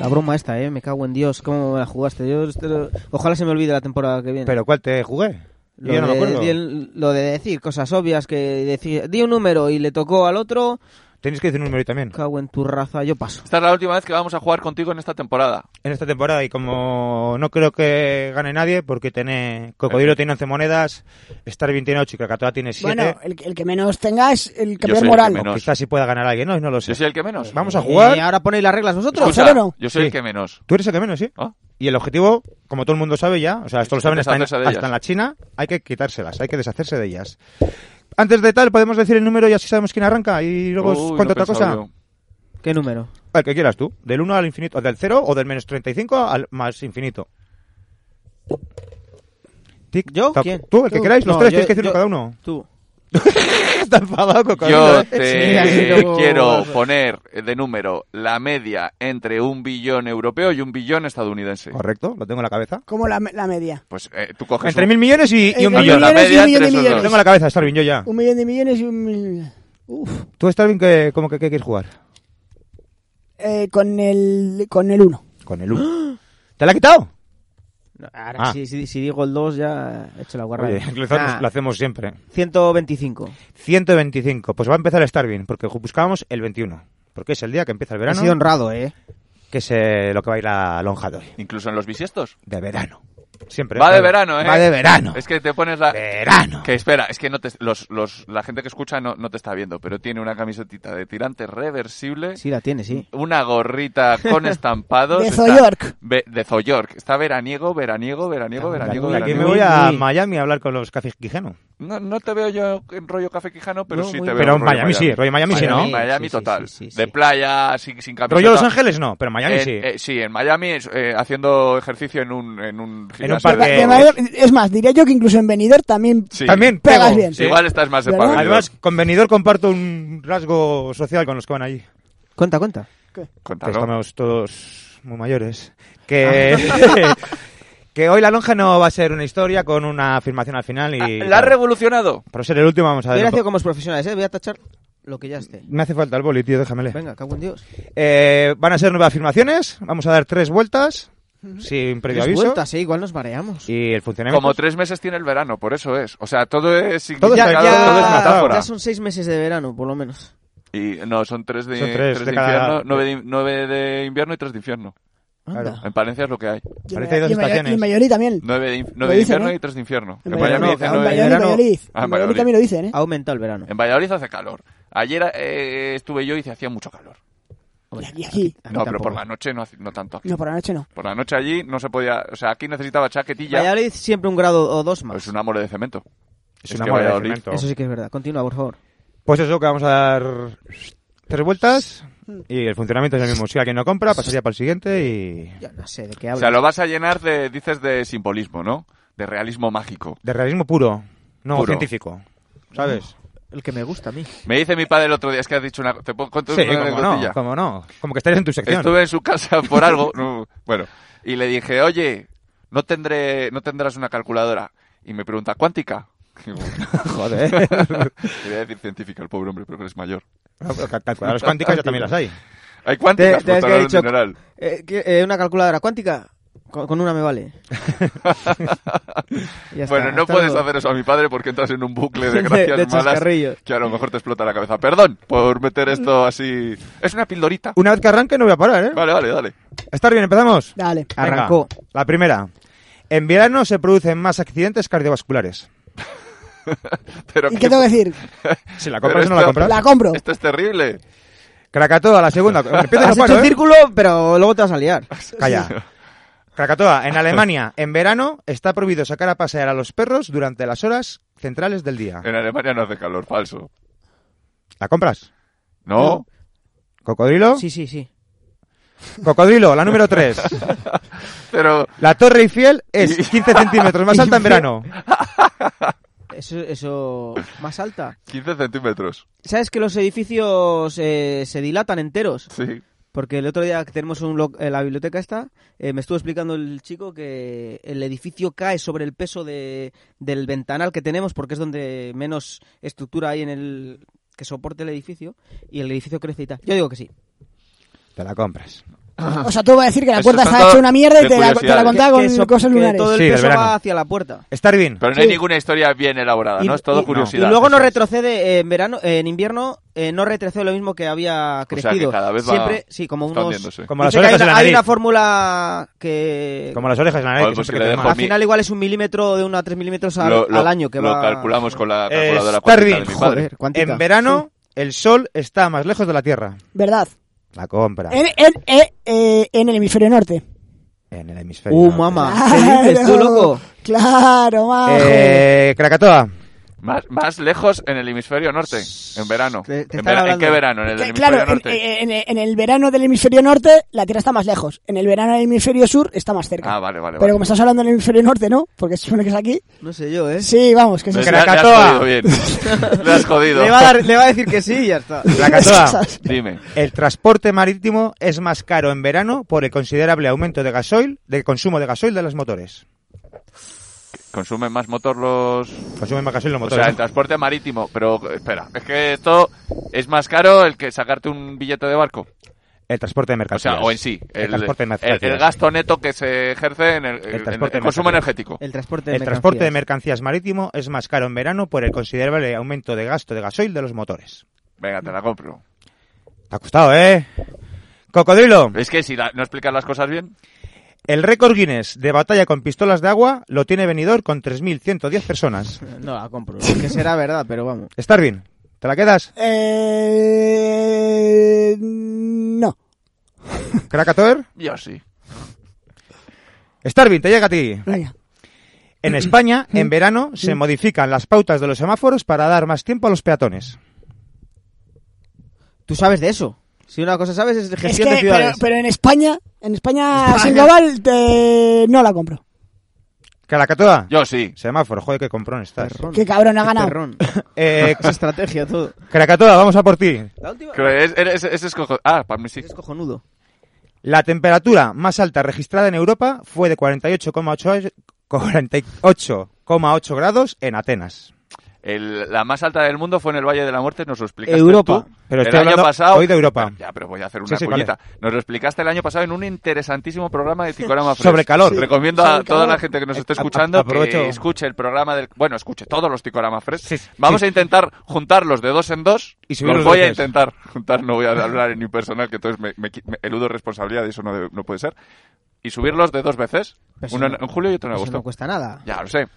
D: La broma esta, ¿eh? Me cago en Dios. ¿Cómo me la jugaste? Yo, este lo- Ojalá se me olvide la temporada que viene.
C: ¿Pero cuál te jugué?
D: lo,
C: Yo no me
D: de,
C: acuerdo.
D: di el- lo de decir cosas obvias, que decir, di un número y le tocó al otro,
C: Tenéis que decir un número ahí también.
D: cago en tu raza, yo paso.
B: Esta es la última vez que vamos a jugar contigo en esta temporada.
C: En esta temporada, y como no creo que gane nadie, porque tiene Cocodrilo tiene 11 monedas, Starvin tiene 8 y Krakatoa tiene 7.
D: eh,
E: Bueno, el, el que menos tenga es el que
B: Yo soy el
E: peor
B: que
E: moral.
B: menos.
C: Quizás si pueda ganar alguien hoy, no lo sé.
B: Yo soy el que menos.
C: Vamos a jugar.
D: Eh, ahora ponéis las reglas vosotros.
B: Escucha,
E: ¿Solo no?
B: yo soy
C: Sí.
B: el que menos.
C: Tú eres el que menos, ¿sí?
B: Ah.
C: Y el objetivo, como todo el mundo sabe ya, o sea, esto lo saben hasta en,
B: Deshacerse de
C: hasta
B: ellas.
C: en la China, hay que quitárselas, hay que deshacerse de ellas. Antes de tal, podemos decir el número y así sabemos quién arranca y luego os
B: Uy,
C: cuento
B: no
C: otra
B: pensaba
C: cosa.
B: yo.
D: ¿Qué número?
C: Al que quieras tú, del 1 al infinito, del 0 o del menos 35 al más infinito. Tic,
D: ¿Yo?
C: tac.
D: ¿Quién?
C: Tú, el que
D: Tú.
C: queráis, los
D: No,
C: tres,
D: yo-
C: tienes que decirlo
D: yo-
C: cada
D: [laughs]
C: uno.
D: Tú.
C: Está enfadado
B: Yo
C: Cocodrilo, ¿eh? [laughs]
B: [laughs] te
D: Sí, yo-
B: quiero poner de número la media entre un billón europeo y un billón estadounidense.
C: Correcto, lo tengo en la cabeza.
E: Como la, la media.
B: Pues eh, tú coges
C: Entre
B: un-
C: mil millones y, y un
E: Entre
C: billón.
B: La
E: millones y
B: media
E: un millón
B: entre
E: de
B: esos dos.
C: Lo
E: millones.
C: tengo en la cabeza, Starvin, yo ya.
E: Un millón de millones y un mil... Uf.
C: Tú, Starvin, que, ¿cómo que, que quieres jugar?
E: Eh, con el con el 1.
C: Con el 1. [gasps] ¿Te la ha quitado?
D: No, ahora,
C: Ah.
D: si, si- si digo el 2, ya he hecho la guarra. Ah.
C: Oye, lo hacemos, lo hacemos siempre.
D: 125.
C: 125. Pues va a empezar Starvin, porque ju- buscábamos el 21. Porque es el día que empieza el
D: Ha
C: verano,
D: sido honrado, ¿eh?
C: que es eh, lo que va a ir la lonja de hoy.
B: Incluso en los bisiestos.
C: De verano. Siempre.
B: Va de verano, ¿eh?
C: Va de verano.
B: Es que te pones la...
C: Verano.
B: Que espera, es que no te, los, los, la gente que escucha no, no te está viendo, pero tiene una camisetita de tirante reversible,
D: Sí, la tiene, sí.
B: una gorrita con
C: [laughs]
B: estampados.
E: De
B: está-
E: Zoyork.
B: ve- de Zoyork. Está veraniego, veraniego, veraniego, veraniego,
C: De aquí me
B: veraniego.
C: voy a
D: Muy-
C: Miami a hablar con los cafés quijano.
B: No, no te veo yo en rollo café quijano, pero
D: No,
B: sí
D: muy
B: te
D: bien.
B: veo.
C: Pero en
B: rollo
C: Miami, sí, rollo Miami sí, ¿no?
B: Miami, Miami
D: Sí, sí,
B: total.
D: sí, sí, sí.
B: De playa, sin, sin camiseta.
C: Rollo Los Ángeles no, pero Miami
B: en,
C: sí.
B: pues eh, sí, en Miami es, eh, haciendo ejercicio en un, en un gimnasio
C: parque.
B: de-
C: Eh,
E: es más, diría yo que incluso en venidor también.
B: Sí.
C: También
E: Pegas
C: pego.
E: bien.
C: Sí.
B: Igual estás más de
E: ¿Verdad?
B: pabellón.
C: Además, con Benidorm comparto un rasgo social con los que van allí.
D: Cuenta, cuenta.
C: Que
B: Cuéntalo.
C: pues, estamos todos muy mayores. Que,
B: Ah.
C: [laughs] que hoy la lonja no va a ser una historia con una afirmación al final y...
B: Ah, ¿La has revolucionado?
C: Por ser el último vamos a
D: Yo
C: ver...
D: lo hacía como los profesionales, ¿eh? Voy a tachar lo que ya esté.
C: Me hace falta el boli, tío, déjamele.
D: Venga, cago en Dios.
C: Eh, van a ser nueve afirmaciones. Vamos a dar tres vueltas sin previo
D: Tres
C: aviso.
D: vueltas, ¿eh? Igual nos mareamos.
C: Y el funcionamiento...
B: Como tres meses tiene el verano, por eso es. O sea, todo es
C: pues. Todo
B: significado,
C: está-
B: todo es
C: ya-
B: metáfora.
D: ya son seis meses de verano, por lo menos.
B: Y no, son tres de,
C: Son tres
B: tres
C: de
B: de
C: cada-
B: invierno, nueve de, nueve de invierno y tres de infierno.
D: Anda.
C: Claro.
B: En Palencia es lo que hay.
E: Y en
C: Parece hay dos
E: y en Mayo-
C: estaciones.
E: Y en Mayoli también.
B: Nueve de, in- nueve
E: Lo
B: de
E: dicen,
B: invierno
E: ¿eh?
B: y tres de infierno.
E: En
B: En Miami
E: Valladolid,
B: dicen
C: no,
E: en
B: nueve de
E: Valladolid,
C: verano.
B: Ah,
E: Valladolid. En Valladolid
B: Valladolid.
E: también lo dicen, ¿eh?
D: Ha aumentado el verano.
B: En Valladolid hace calor. Ayer eh, estuve yo y se hacía mucho calor.
D: Hombre,
E: Y aquí.
C: Ah.
D: a mí
B: No, pero
D: tampoco.
B: por la noche no, hace- no tanto. aquí.
E: No, por la noche no.
B: Por la noche allí no se podía... O sea, aquí necesitaba chaquetilla.
D: Valladolid siempre un grado o dos más.
C: Pues
B: Es un mole de cemento.
C: Es
B: Es
C: una
B: que
C: mola de
B: Valladolid-
C: cemento.
D: Eso sí que es verdad. Continúa, por favor.
C: Pues eso, que vamos a dar tres vueltas y el funcionamiento es el mismo. Si alguien no compra, pasaría para el siguiente y...
D: Ya no sé de qué
B: O
D: hablas.
B: sea, lo vas a llenar de, dices, de simbolismo, ¿no? De realismo mágico.
C: De realismo puro, no
B: Puro.
C: científico. ¿Sabes?
D: El que me gusta a mí.
B: Me dice mi padre el otro día, es que has dicho una... ¿Te puedo contar
C: Sí,
B: una
C: como
B: anecdotilla?
C: no, como no. Como que estarías en tu sección.
B: Estuve en su casa [laughs] por algo. no, bueno, y le dije, oye, no tendré, no tendrás una calculadora. Y me pregunta, ¿cuántica? [laughs] Y digo,
D: [laughs]
C: Joder.
B: Quería decir científica el pobre hombre, pero que es mayor. [laughs]
C: Calculadoras cuánticas ya también las hay.
B: Hay cuánticas,
D: Te- te has
B: pues ahora el
D: dicho-
B: mineral.
D: Eh, ¿qué- eh, una calculadora cuántica. Con, con una me vale. [laughs]
B: [laughs]
D: Ya está,
B: bueno, no
D: hasta
B: puedes
D: luego.
B: hacer eso a mi padre porque entras en un bucle
D: [laughs]
B: de
D: De-
B: gracias
D: de
B: malas
D: chascarrillo.
B: que a lo mejor te explota la cabeza. Perdón por meter esto
D: Mm.
B: así. Es una pildorita.
C: Una vez que arranque no voy a parar, ¿eh?
B: [laughs] Vale, vale, dale.
C: Estar bien, empezamos.
E: Dale.
C: Venga,
D: Arrancó.
C: la primera. En verano se producen más accidentes cardiovasculares.
B: Pero
E: ¿Y
B: [laughs]
E: qué tengo que decir?
C: Si la
B: Pero
C: compras o no la
B: esto-
C: compras.
E: La compro.
B: Esto es terrible.
C: Krakatoa, la
D: [laughs]
C: segunda. Empieza y no
D: Has
C: paro,
D: hecho
C: ¿eh?
D: círculo, pero luego te vas a liar.
C: [laughs] Calla.
B: [laughs]
C: Krakatoa, en Alemania, en verano está prohibido sacar a pasear a los perros durante las horas centrales del
D: Ah.
C: día.
B: En Alemania no hace calor, falso.
C: ¿La compras?
B: ¿No?
C: ¿Cocodrilo?
D: Sí, sí, sí.
C: Cocodrilo, la número
B: [laughs]
C: 3.
B: Pero
C: La Torre Eiffel es 15 centímetros
B: [laughs]
C: más alta en verano.
D: Eso, eso más alta.
B: 15 centímetros.
D: ¿Sabes que los edificios eh, se dilatan enteros?
B: Sí.
D: Porque el otro día que tenemos un lo- eh, la biblioteca esta, eh, me estuvo explicando el chico que el edificio cae sobre el peso de, del ventanal que tenemos, porque es donde menos estructura hay en el que soporte el edificio, y el edificio crece y tal. Yo digo que sí.
C: Te la compras.
E: O sea, tú vas a decir que la
B: Eso
E: puerta
B: está
E: está
B: todo
E: hecha una mierda y
B: de
E: te la, te la
B: curiosidades.
E: contaba con
D: Que so-
E: cosas
D: que
E: lunares.
D: todo el
C: Sí, del
D: peso
C: verano.
D: va hacia la puerta.
C: Estar bien.
B: Pero no hay
D: Sí.
B: ninguna historia bien elaborada,
D: Y-
B: Ah, ¿no? Es todo
D: y-
B: curiosidad.
D: Y luego no
B: Eso es.
D: retrocede eh, en verano, eh, en invierno eh, no retrocede lo mismo que
B: sea,
D: había
B: que
D: crecido.
B: cada vez va
D: Siempre, sí, como unos.
B: escondiéndose.
C: Como las
D: Dice que
C: orejas
D: hay,
C: en
D: una,
C: la
D: hay una
C: nariz.
D: fórmula que
C: Como las orejas en la nariz.
B: Joder,
C: que
B: pues
C: siempre
B: que
C: te
B: le dejo
C: da mal.
D: al
B: a mí-
D: final igual es un milímetro de una a tres milímetros al,
B: Lo- lo-
D: al año que
B: lo
D: va.
B: calculamos con la
C: Eh,
B: calculadora
C: estar
B: cuántica
C: bien.
B: de mi padre.
D: Joder, cuántica.
C: En verano, el sol está más lejos de la Tierra.
E: ¿Verdad?
C: La
D: Ah.
C: compra.
E: En, en, eh, eh, en el hemisferio norte.
C: En el
D: Sí.
C: hemisferio.
D: Uh,
C: norte.
D: mamá.
E: [laughs]
D: Ah, ¿Qué dices tú, loco?
E: Claro, majo.
C: Eh,
D: [laughs]
C: Krakatoa.
B: Más, más lejos en el hemisferio norte, en verano.
D: Te- te
B: en,
D: están
B: vera- ¿en
D: hablando.
B: qué verano? En el
E: Que,
B: hemisferio
E: claro, en, eh,
B: norte.
D: eh,
E: en- en- en el verano del hemisferio norte la Tierra está más lejos. En el verano del hemisferio sur está más
D: eh,
E: cerca.
B: Ah, vale, vale.
E: Pero como
B: vale.
E: estás hablando del hemisferio norte, ¿no? Porque se supone que es aquí.
D: No sé yo, ¿eh?
E: Sí, vamos, que sí.
B: Le-
E: es
B: le has
C: Krakatoa.
B: jodido
D: [laughs]
B: bien. Le has jodido.
D: Le va, a dar- le va a decir que sí y ya está.
C: Krakatoa.
B: Dime.
C: El transporte marítimo es más caro en verano por el considerable aumento de gasoil, de consumo de gasoil de los motores.
B: ¿Consumen más motor los...?
C: Consumen más gasoil los
B: O
C: motores.
B: sea, el transporte marítimo. Pero, espera, es que esto es más caro el que sacarte un billete de barco.
C: El transporte de
B: O
C: mercancías.
B: sea, o en sí.
C: El, transporte de mercancías.
B: el- el gasto neto que se ejerce en el, en
C: transporte
B: el consumo
C: mercancías.
B: energético.
D: El transporte de
C: El transporte de
D: mercancías.
C: mercancías marítimo es más caro en verano por el considerable aumento de gasto de gasoil de los motores.
B: Venga, te la compro.
C: Te ha costado, ¿eh? Cocodrilo,
B: Es que si la- no explicas las cosas bien...
C: el récord Guinness de batalla con pistolas de agua lo tiene venidor con 3.110 personas.
D: No la compro. Que será verdad, pero vamos.
C: Starvin, ¿te la quedas?
E: [laughs] Eh, no.
C: Krakatoer.
B: Yo sí.
C: Starvin, te llega a ti.
E: Venga.
C: En España, en verano, se modifican las pautas de los semáforos para dar más tiempo a los peatones.
D: Tú sabes de eso. Si una cosa sabes es de
E: Es
D: gestión
E: que,
D: de
E: pero,
D: ciudades.
E: pero en España, en España,
D: España.
E: sin global, te- no la compro.
C: Caracatoa.
B: Yo sí.
C: Semáforo, joder, qué comprón estás.
D: Perrón.
E: Qué cabrón ha
D: Qué
E: ganado.
D: perrón. [laughs]
C: Eh,
D: Es estrategia todo.
C: Krakatoa, vamos a por ti.
D: La última
B: Creo que es, es- es- es cojo- Ah, para mí sí.
D: es cojonudo.
C: La temperatura más alta registrada en Europa fue de 48,8 48,8 grados en Atenas.
B: El- la más alta del mundo fue en el Valle de la Muerte, nos lo explicaste
D: Europa.
B: tú.
C: Pero
B: el
C: estoy
B: año
C: hablando
B: pasado,
C: hoy de Europa.
B: Ya, pero voy a hacer
C: Sí,
B: una
C: sí,
B: cuñita. Nos lo explicaste el año pasado en un interesantísimo programa de
C: [laughs]
B: Ticorama Fresh.
C: Sobre calor. Sí.
B: Recomiendo
E: Sobre
B: a toda
E: calor.
B: la gente que nos esté
C: A- a-
B: escuchando
C: aprovecho.
B: que escuche el programa del... Bueno, escuche todos los Ticorama Fresh.
C: Sí, sí.
B: Vamos a intentar juntarlos de dos en dos.
C: Y subirlos
B: los
C: los
B: voy a
C: tres.
B: intentar juntar, no voy a hablar en mi personal, que entonces me, me qui- me eludo responsabilidad y eso no, debe- no puede ser. Y subirlos de dos veces.
D: Pero
B: Uno
D: eso
B: en,
D: no-
B: en julio y otro en
D: Eso
B: agosto.
D: no cuesta nada.
B: Ya lo sé.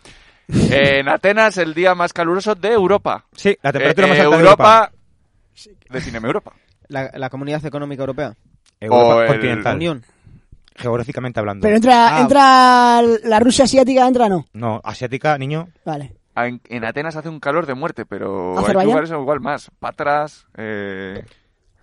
B: En Atenas, el día más caluroso de Europa.
C: Sí, la temperatura
B: Eh,
C: más alta
B: Europa, defíneme Europa.
D: La, la Comunidad Económica Europea.
C: de Europa.
B: o
C: Europa
B: el-
C: continental.
D: Unión.
C: Geográficamente hablando.
E: Pero entra,
D: Ah.
E: entra la Rusia asiática, entra no.
C: No, asiática, niño.
E: Vale.
B: Ah, En, en Atenas hace un calor de muerte, pero hay
E: ¿Azerbaiyán?
B: lugares igual más. Patras, eh,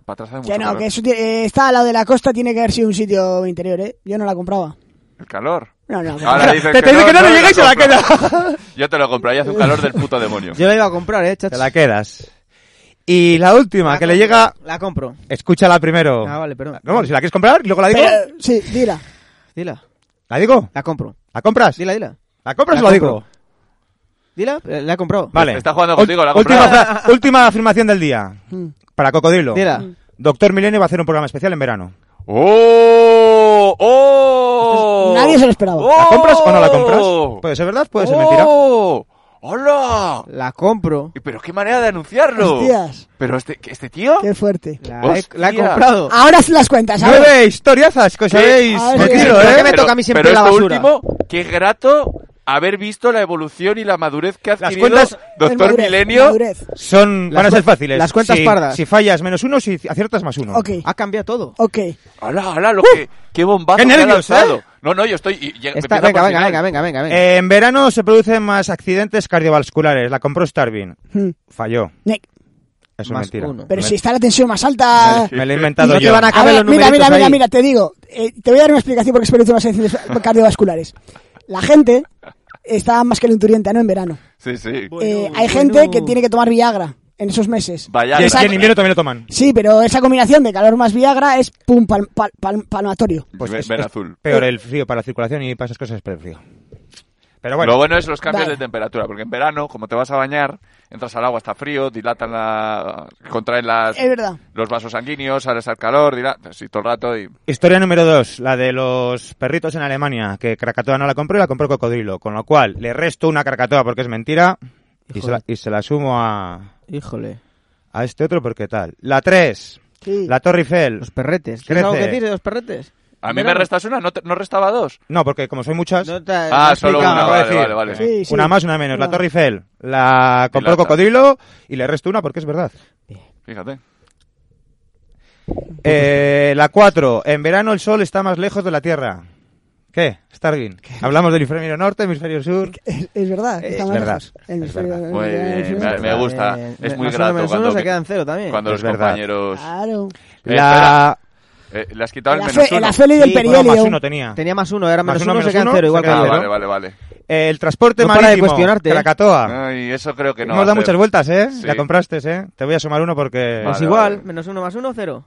B: Patras hace mucho
E: Que no,
B: calor.
E: que eso tiene- eh, está al lado de la costa, tiene que haber sido un sitio interior, ¿eh? Yo no la compraba.
B: El calor.
E: No, no. no.
B: Ahora dices
C: Te-
B: que,
C: te dice que no, le
B: yo
C: llega y se la
B: compro. [laughs] Yo te lo compro, ahí hace un calor del puto demonio.
D: Yo la iba a comprar, eh, chacho.
C: Te la quedas. Y la última, que le llega...
D: La compro.
C: Escúchala primero.
D: Ah, vale, perdón.
C: No, si la quieres comprar, luego la digo.
E: Pero, sí, dila.
D: Dila.
C: ¿La digo?
D: La compro.
C: ¿La compras?
D: Dila, dila.
C: ¿La compras
D: La
C: o la
D: compro.
C: digo?
D: Dila, eh, la he comprado.
C: Vale.
B: Está jugando contigo, la
C: Última,
B: compra.
C: fra- última afirmación del día.
E: Mm.
C: Para Cocodrilo.
D: Dila.
C: Doctor Milenio va a hacer un programa especial en verano.
B: ¡Oh! ¡Oh!
E: Nadie se lo esperaba.
C: ¿La compras o no la compras?
B: ¡Oh!
C: Puede ser verdad, puede ser mentira.
B: ¡Oh! ¡Hola!
D: La compro.
B: Y Pero qué manera de anunciarlo.
E: Hostias.
B: Pero este, que este tío.
E: Qué fuerte.
D: La he, la he
B: Hostia.
D: comprado.
E: Ahora haz las cuentas, a ver.
C: Nueve historiazas que os
B: Sí.
C: habéis
E: A ver,
C: metido,
E: ¿por
D: qué
C: ¿eh?
D: me
B: Pero-
D: toca a mí siempre
B: Pues pero
D: la
B: esto
D: basura?
B: último, qué grato haber visto la evolución y la madurez que ha
C: Las
B: adquirido
C: cuentas-
E: Es
B: Doctor
E: madurez,
B: Milenio.
E: madurez.
C: Son,
D: Las
C: van a ser
D: cuen-
C: fáciles.
D: las cuentas
C: Si-
D: pardas.
C: Si fallas menos uno, si aciertas más uno. Eh,
E: Ok,
D: Ha cambiado todo.
E: ok.
B: ¡Hala, hala! Lo que, ¡Qué bombazo!
C: Qué
B: que ha
C: nervios,
B: lanzado.
C: ¿eh?
B: No, no, yo estoy. y- y-
D: Está-
B: Eh, empieza por
D: venga, venga,
B: final.
D: venga, venga, venga, venga.
C: Eh, en verano se producen más accidentes cardiovasculares. La compró Starvin.
E: Hmm.
C: Falló.
E: Ne-
C: Eso
D: Más
C: es mentira.
D: uno.
E: Pero
C: Me-
E: si está la tensión más alta...
C: Me lo he inventado
D: No te
C: yo.
D: van a
E: A
D: Acabe
E: ver,
D: los
E: mira, mira,
D: numeritos
E: mira,
D: ahí.
E: mira, te digo, eh, te voy a dar una explicación porque se producen las accidentes cardiovasculares. La gente está más que lenturienta, ¿no? En verano.
B: Sí, sí.
E: Eh, hay gente que tiene que tomar Viagra en esos meses.
B: Vaya.
C: Y es
E: Esa-
C: que en invierno también lo toman.
E: Sí, pero esa combinación de calor más Viagra es pum, pal, pal- pal- palmatorio.
C: Pues
B: Ven-
C: es,
B: ven
C: es
B: azul.
C: peor
E: Eh.
C: el frío para la circulación y para esas cosas es peor el frío. Pero bueno,
B: Lo bueno es los cambios de
E: Vale.
B: temperatura, porque en verano, como te vas a bañar, entras al agua, está frío, dilatan la. contraen las,
E: Es verdad.
B: los vasos sanguíneos, ahora está el calor, dilatan. Sí, todo el rato y.
C: historia número dos, la de los perritos en Alemania, que Krakatoa no la compró y la compró Cocodrilo, con lo cual le resto una Krakatoa porque es mentira y se, la, y se la sumo a,
D: Híjole.
C: a este otro porque tal. La tres,
E: Sí.
C: la Torre Eiffel.
D: Los perretes.
C: Crece.
D: ¿Tienes algo que decir de los perretes?
B: A mí
D: Verano.
B: me restas una, no, te- no restaba dos.
C: No, porque como soy muchas,
D: No te- no
B: Ah,
D: Eh, has
B: solo
D: explicado.
B: una,
C: acabo de
B: vale, vale,
C: decir.
B: vale.
E: Sí, sí.
C: una más, una menos. La
E: No.
C: Torre Eiffel la compró
B: Dilata.
C: Cocodrilo y le resto una porque es verdad.
B: Fíjate.
C: Eh, la 4. En verano el sol está más lejos de la Tierra. ¿Qué? Stargin. Hablamos del hemisferio norte, hemisferio sur.
E: Es, es verdad.
C: Es
E: está más
C: verdad,
E: lejos. En el
C: es
E: frío-
C: verdad.
E: en
B: Muy
E: el- en el
B: bien,
E: frío-
B: me, me gusta.
D: Eh,
B: es
D: me-
B: muy
D: más uno
B: grato
D: menos
B: cuando,
D: uno se quedan cero también.
B: cuando los
C: Es verdad.
B: compañeros...
E: Claro.
B: Eh,
C: La...
B: espera, eh, le has quitado el
E: El
B: menos
E: afe- el
B: uno.
E: afeli del
D: Sí,
C: Bueno, más
E: perihelio.
C: uno tenía.
D: Tenía más uno, era
C: Más
D: menos
C: uno,
D: uno, se
C: menos
D: quedan
C: uno,
D: cero, igual
C: se
D: que
B: Ah,
C: quedan
D: yo.
B: vale,
C: ¿no?
B: vale, vale.
C: Eh, el transporte
D: No para de
C: marítimo.
D: cuestionarte, ¿eh?
C: Krakatoa.
B: Ay, eso creo Ah, que no
C: Hemos
B: va a
C: dado muchas
B: ser.
C: vueltas, ¿eh?
B: Sí.
C: La compraste, ¿eh? Te voy a sumar uno porque...
B: Vale,
D: Pues igual,
B: vale.
D: menos uno más uno, cero.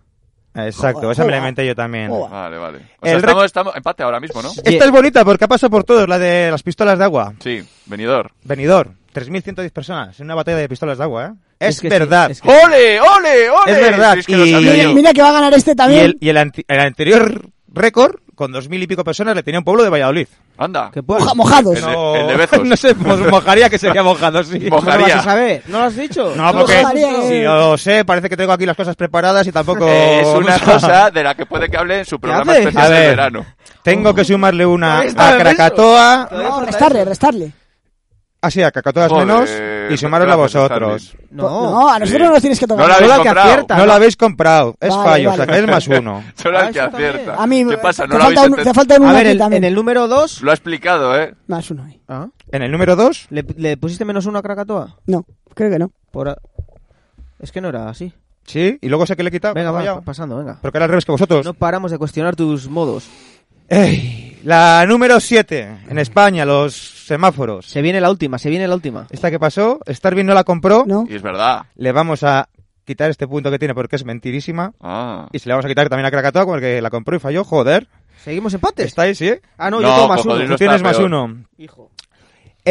C: Exacto,
E: Joder,
C: esa me la
E: joder.
C: inventé yo también.
E: Joder.
B: Vale, vale. O sea,
C: El
B: estamos, estamos... Empate ahora mismo, ¿no?
C: Esta es bonita porque ha pasado por todos, la de las pistolas de agua.
B: Sí, venidor.
C: Venidor, 3.110 personas en una batalla de pistolas de agua, ¿eh? Es,
D: Es que sí,
C: verdad.
D: es que-
B: ¡Ole, ole, ole!
C: Es verdad,
B: Sí, es que lo
C: y-
B: sabía
E: Mira,
B: yo.
E: mira que va a ganar este
C: Y,
E: también.
C: el, y el anti- el anterior récord, con dos mil y pico personas, le tenía un pueblo de Valladolid.
B: Anda.
D: ¿Qué puedo?
E: Moja- mojados.
B: El de- el de Bezos.
C: no sé, pues mojaría que sería mojado, sí.
B: Mo-
D: ¿Cómo
B: [laughs]
D: lo vas
B: mojaría.
D: a saber? ¿No lo has dicho?
C: No,
D: ¿Tú
C: porque
D: lo sabes?
E: mojaría.
C: si lo sé, parece que tengo aquí las cosas preparadas y tampoco...
B: [laughs] Es una
C: nada.
B: cosa de la que puede que hable en su programa
D: haces?
C: A
B: especial de
C: ver,
B: verano.
C: tengo que sumarle una
D: Ahí está,
C: a
D: ¿ves eso?
C: Krakatoa,
D: Todavía
E: No,
D: falta
E: restarle,
D: eso.
E: restarle.
C: así a Krakatoas
B: Joder, pues
C: menos, y sumarosla a
B: gracias,
C: vosotros.
B: Starling.
E: No,
D: No.
E: a nosotros
B: Sí.
E: no nos tienes que
B: No
E: tocar.
B: la
D: Solo
B: habéis
D: al que
B: comprado.
D: acierta.
C: No lo habéis comprado, es
E: Vale,
C: fallo, o sea
E: vale.
C: que es más uno.
B: [laughs] Solo
D: Ah,
B: al que
D: eso también.
B: acierta.
E: A mí
B: ¿Qué pasa? No
E: te,
B: lo habéis
E: falta un,
B: enten-
E: te falta un
D: A
E: uno
D: ver,
E: aquí
D: el-
E: también.
D: en el número dos...
B: Lo ha explicado, ¿eh?
E: Más uno ahí.
D: Ah,
C: En el número dos,
D: ¿Le, le pusiste menos uno a Krakatoa?
E: No, creo que no.
D: Por... a- Es que no era así.
C: sí, y luego sé que le he quitado.
D: Venga,
C: fallado.
D: va, pasando, venga.
C: Porque era al revés que vosotros.
D: No paramos de cuestionar tus modos.
C: Ey, la número 7, en España, los semáforos.
D: Se viene la última, se viene la última.
C: Esta que pasó, Starvin no la compró.
E: No.
B: Oh. Y es verdad.
C: Le vamos a quitar este punto que tiene porque es mentirísima.
B: Ah.
C: Y se le vamos a quitar también a Krakatoa porque la compró y falló. Joder. eh?
D: ¿Seguimos empates?
C: Está ahí, sí.
D: Ah, no,
B: No,
D: yo tengo más
B: cocodrilo.
D: uno.
C: Tú
B: está
C: tienes más
B: peor.
C: uno.
D: Hijo.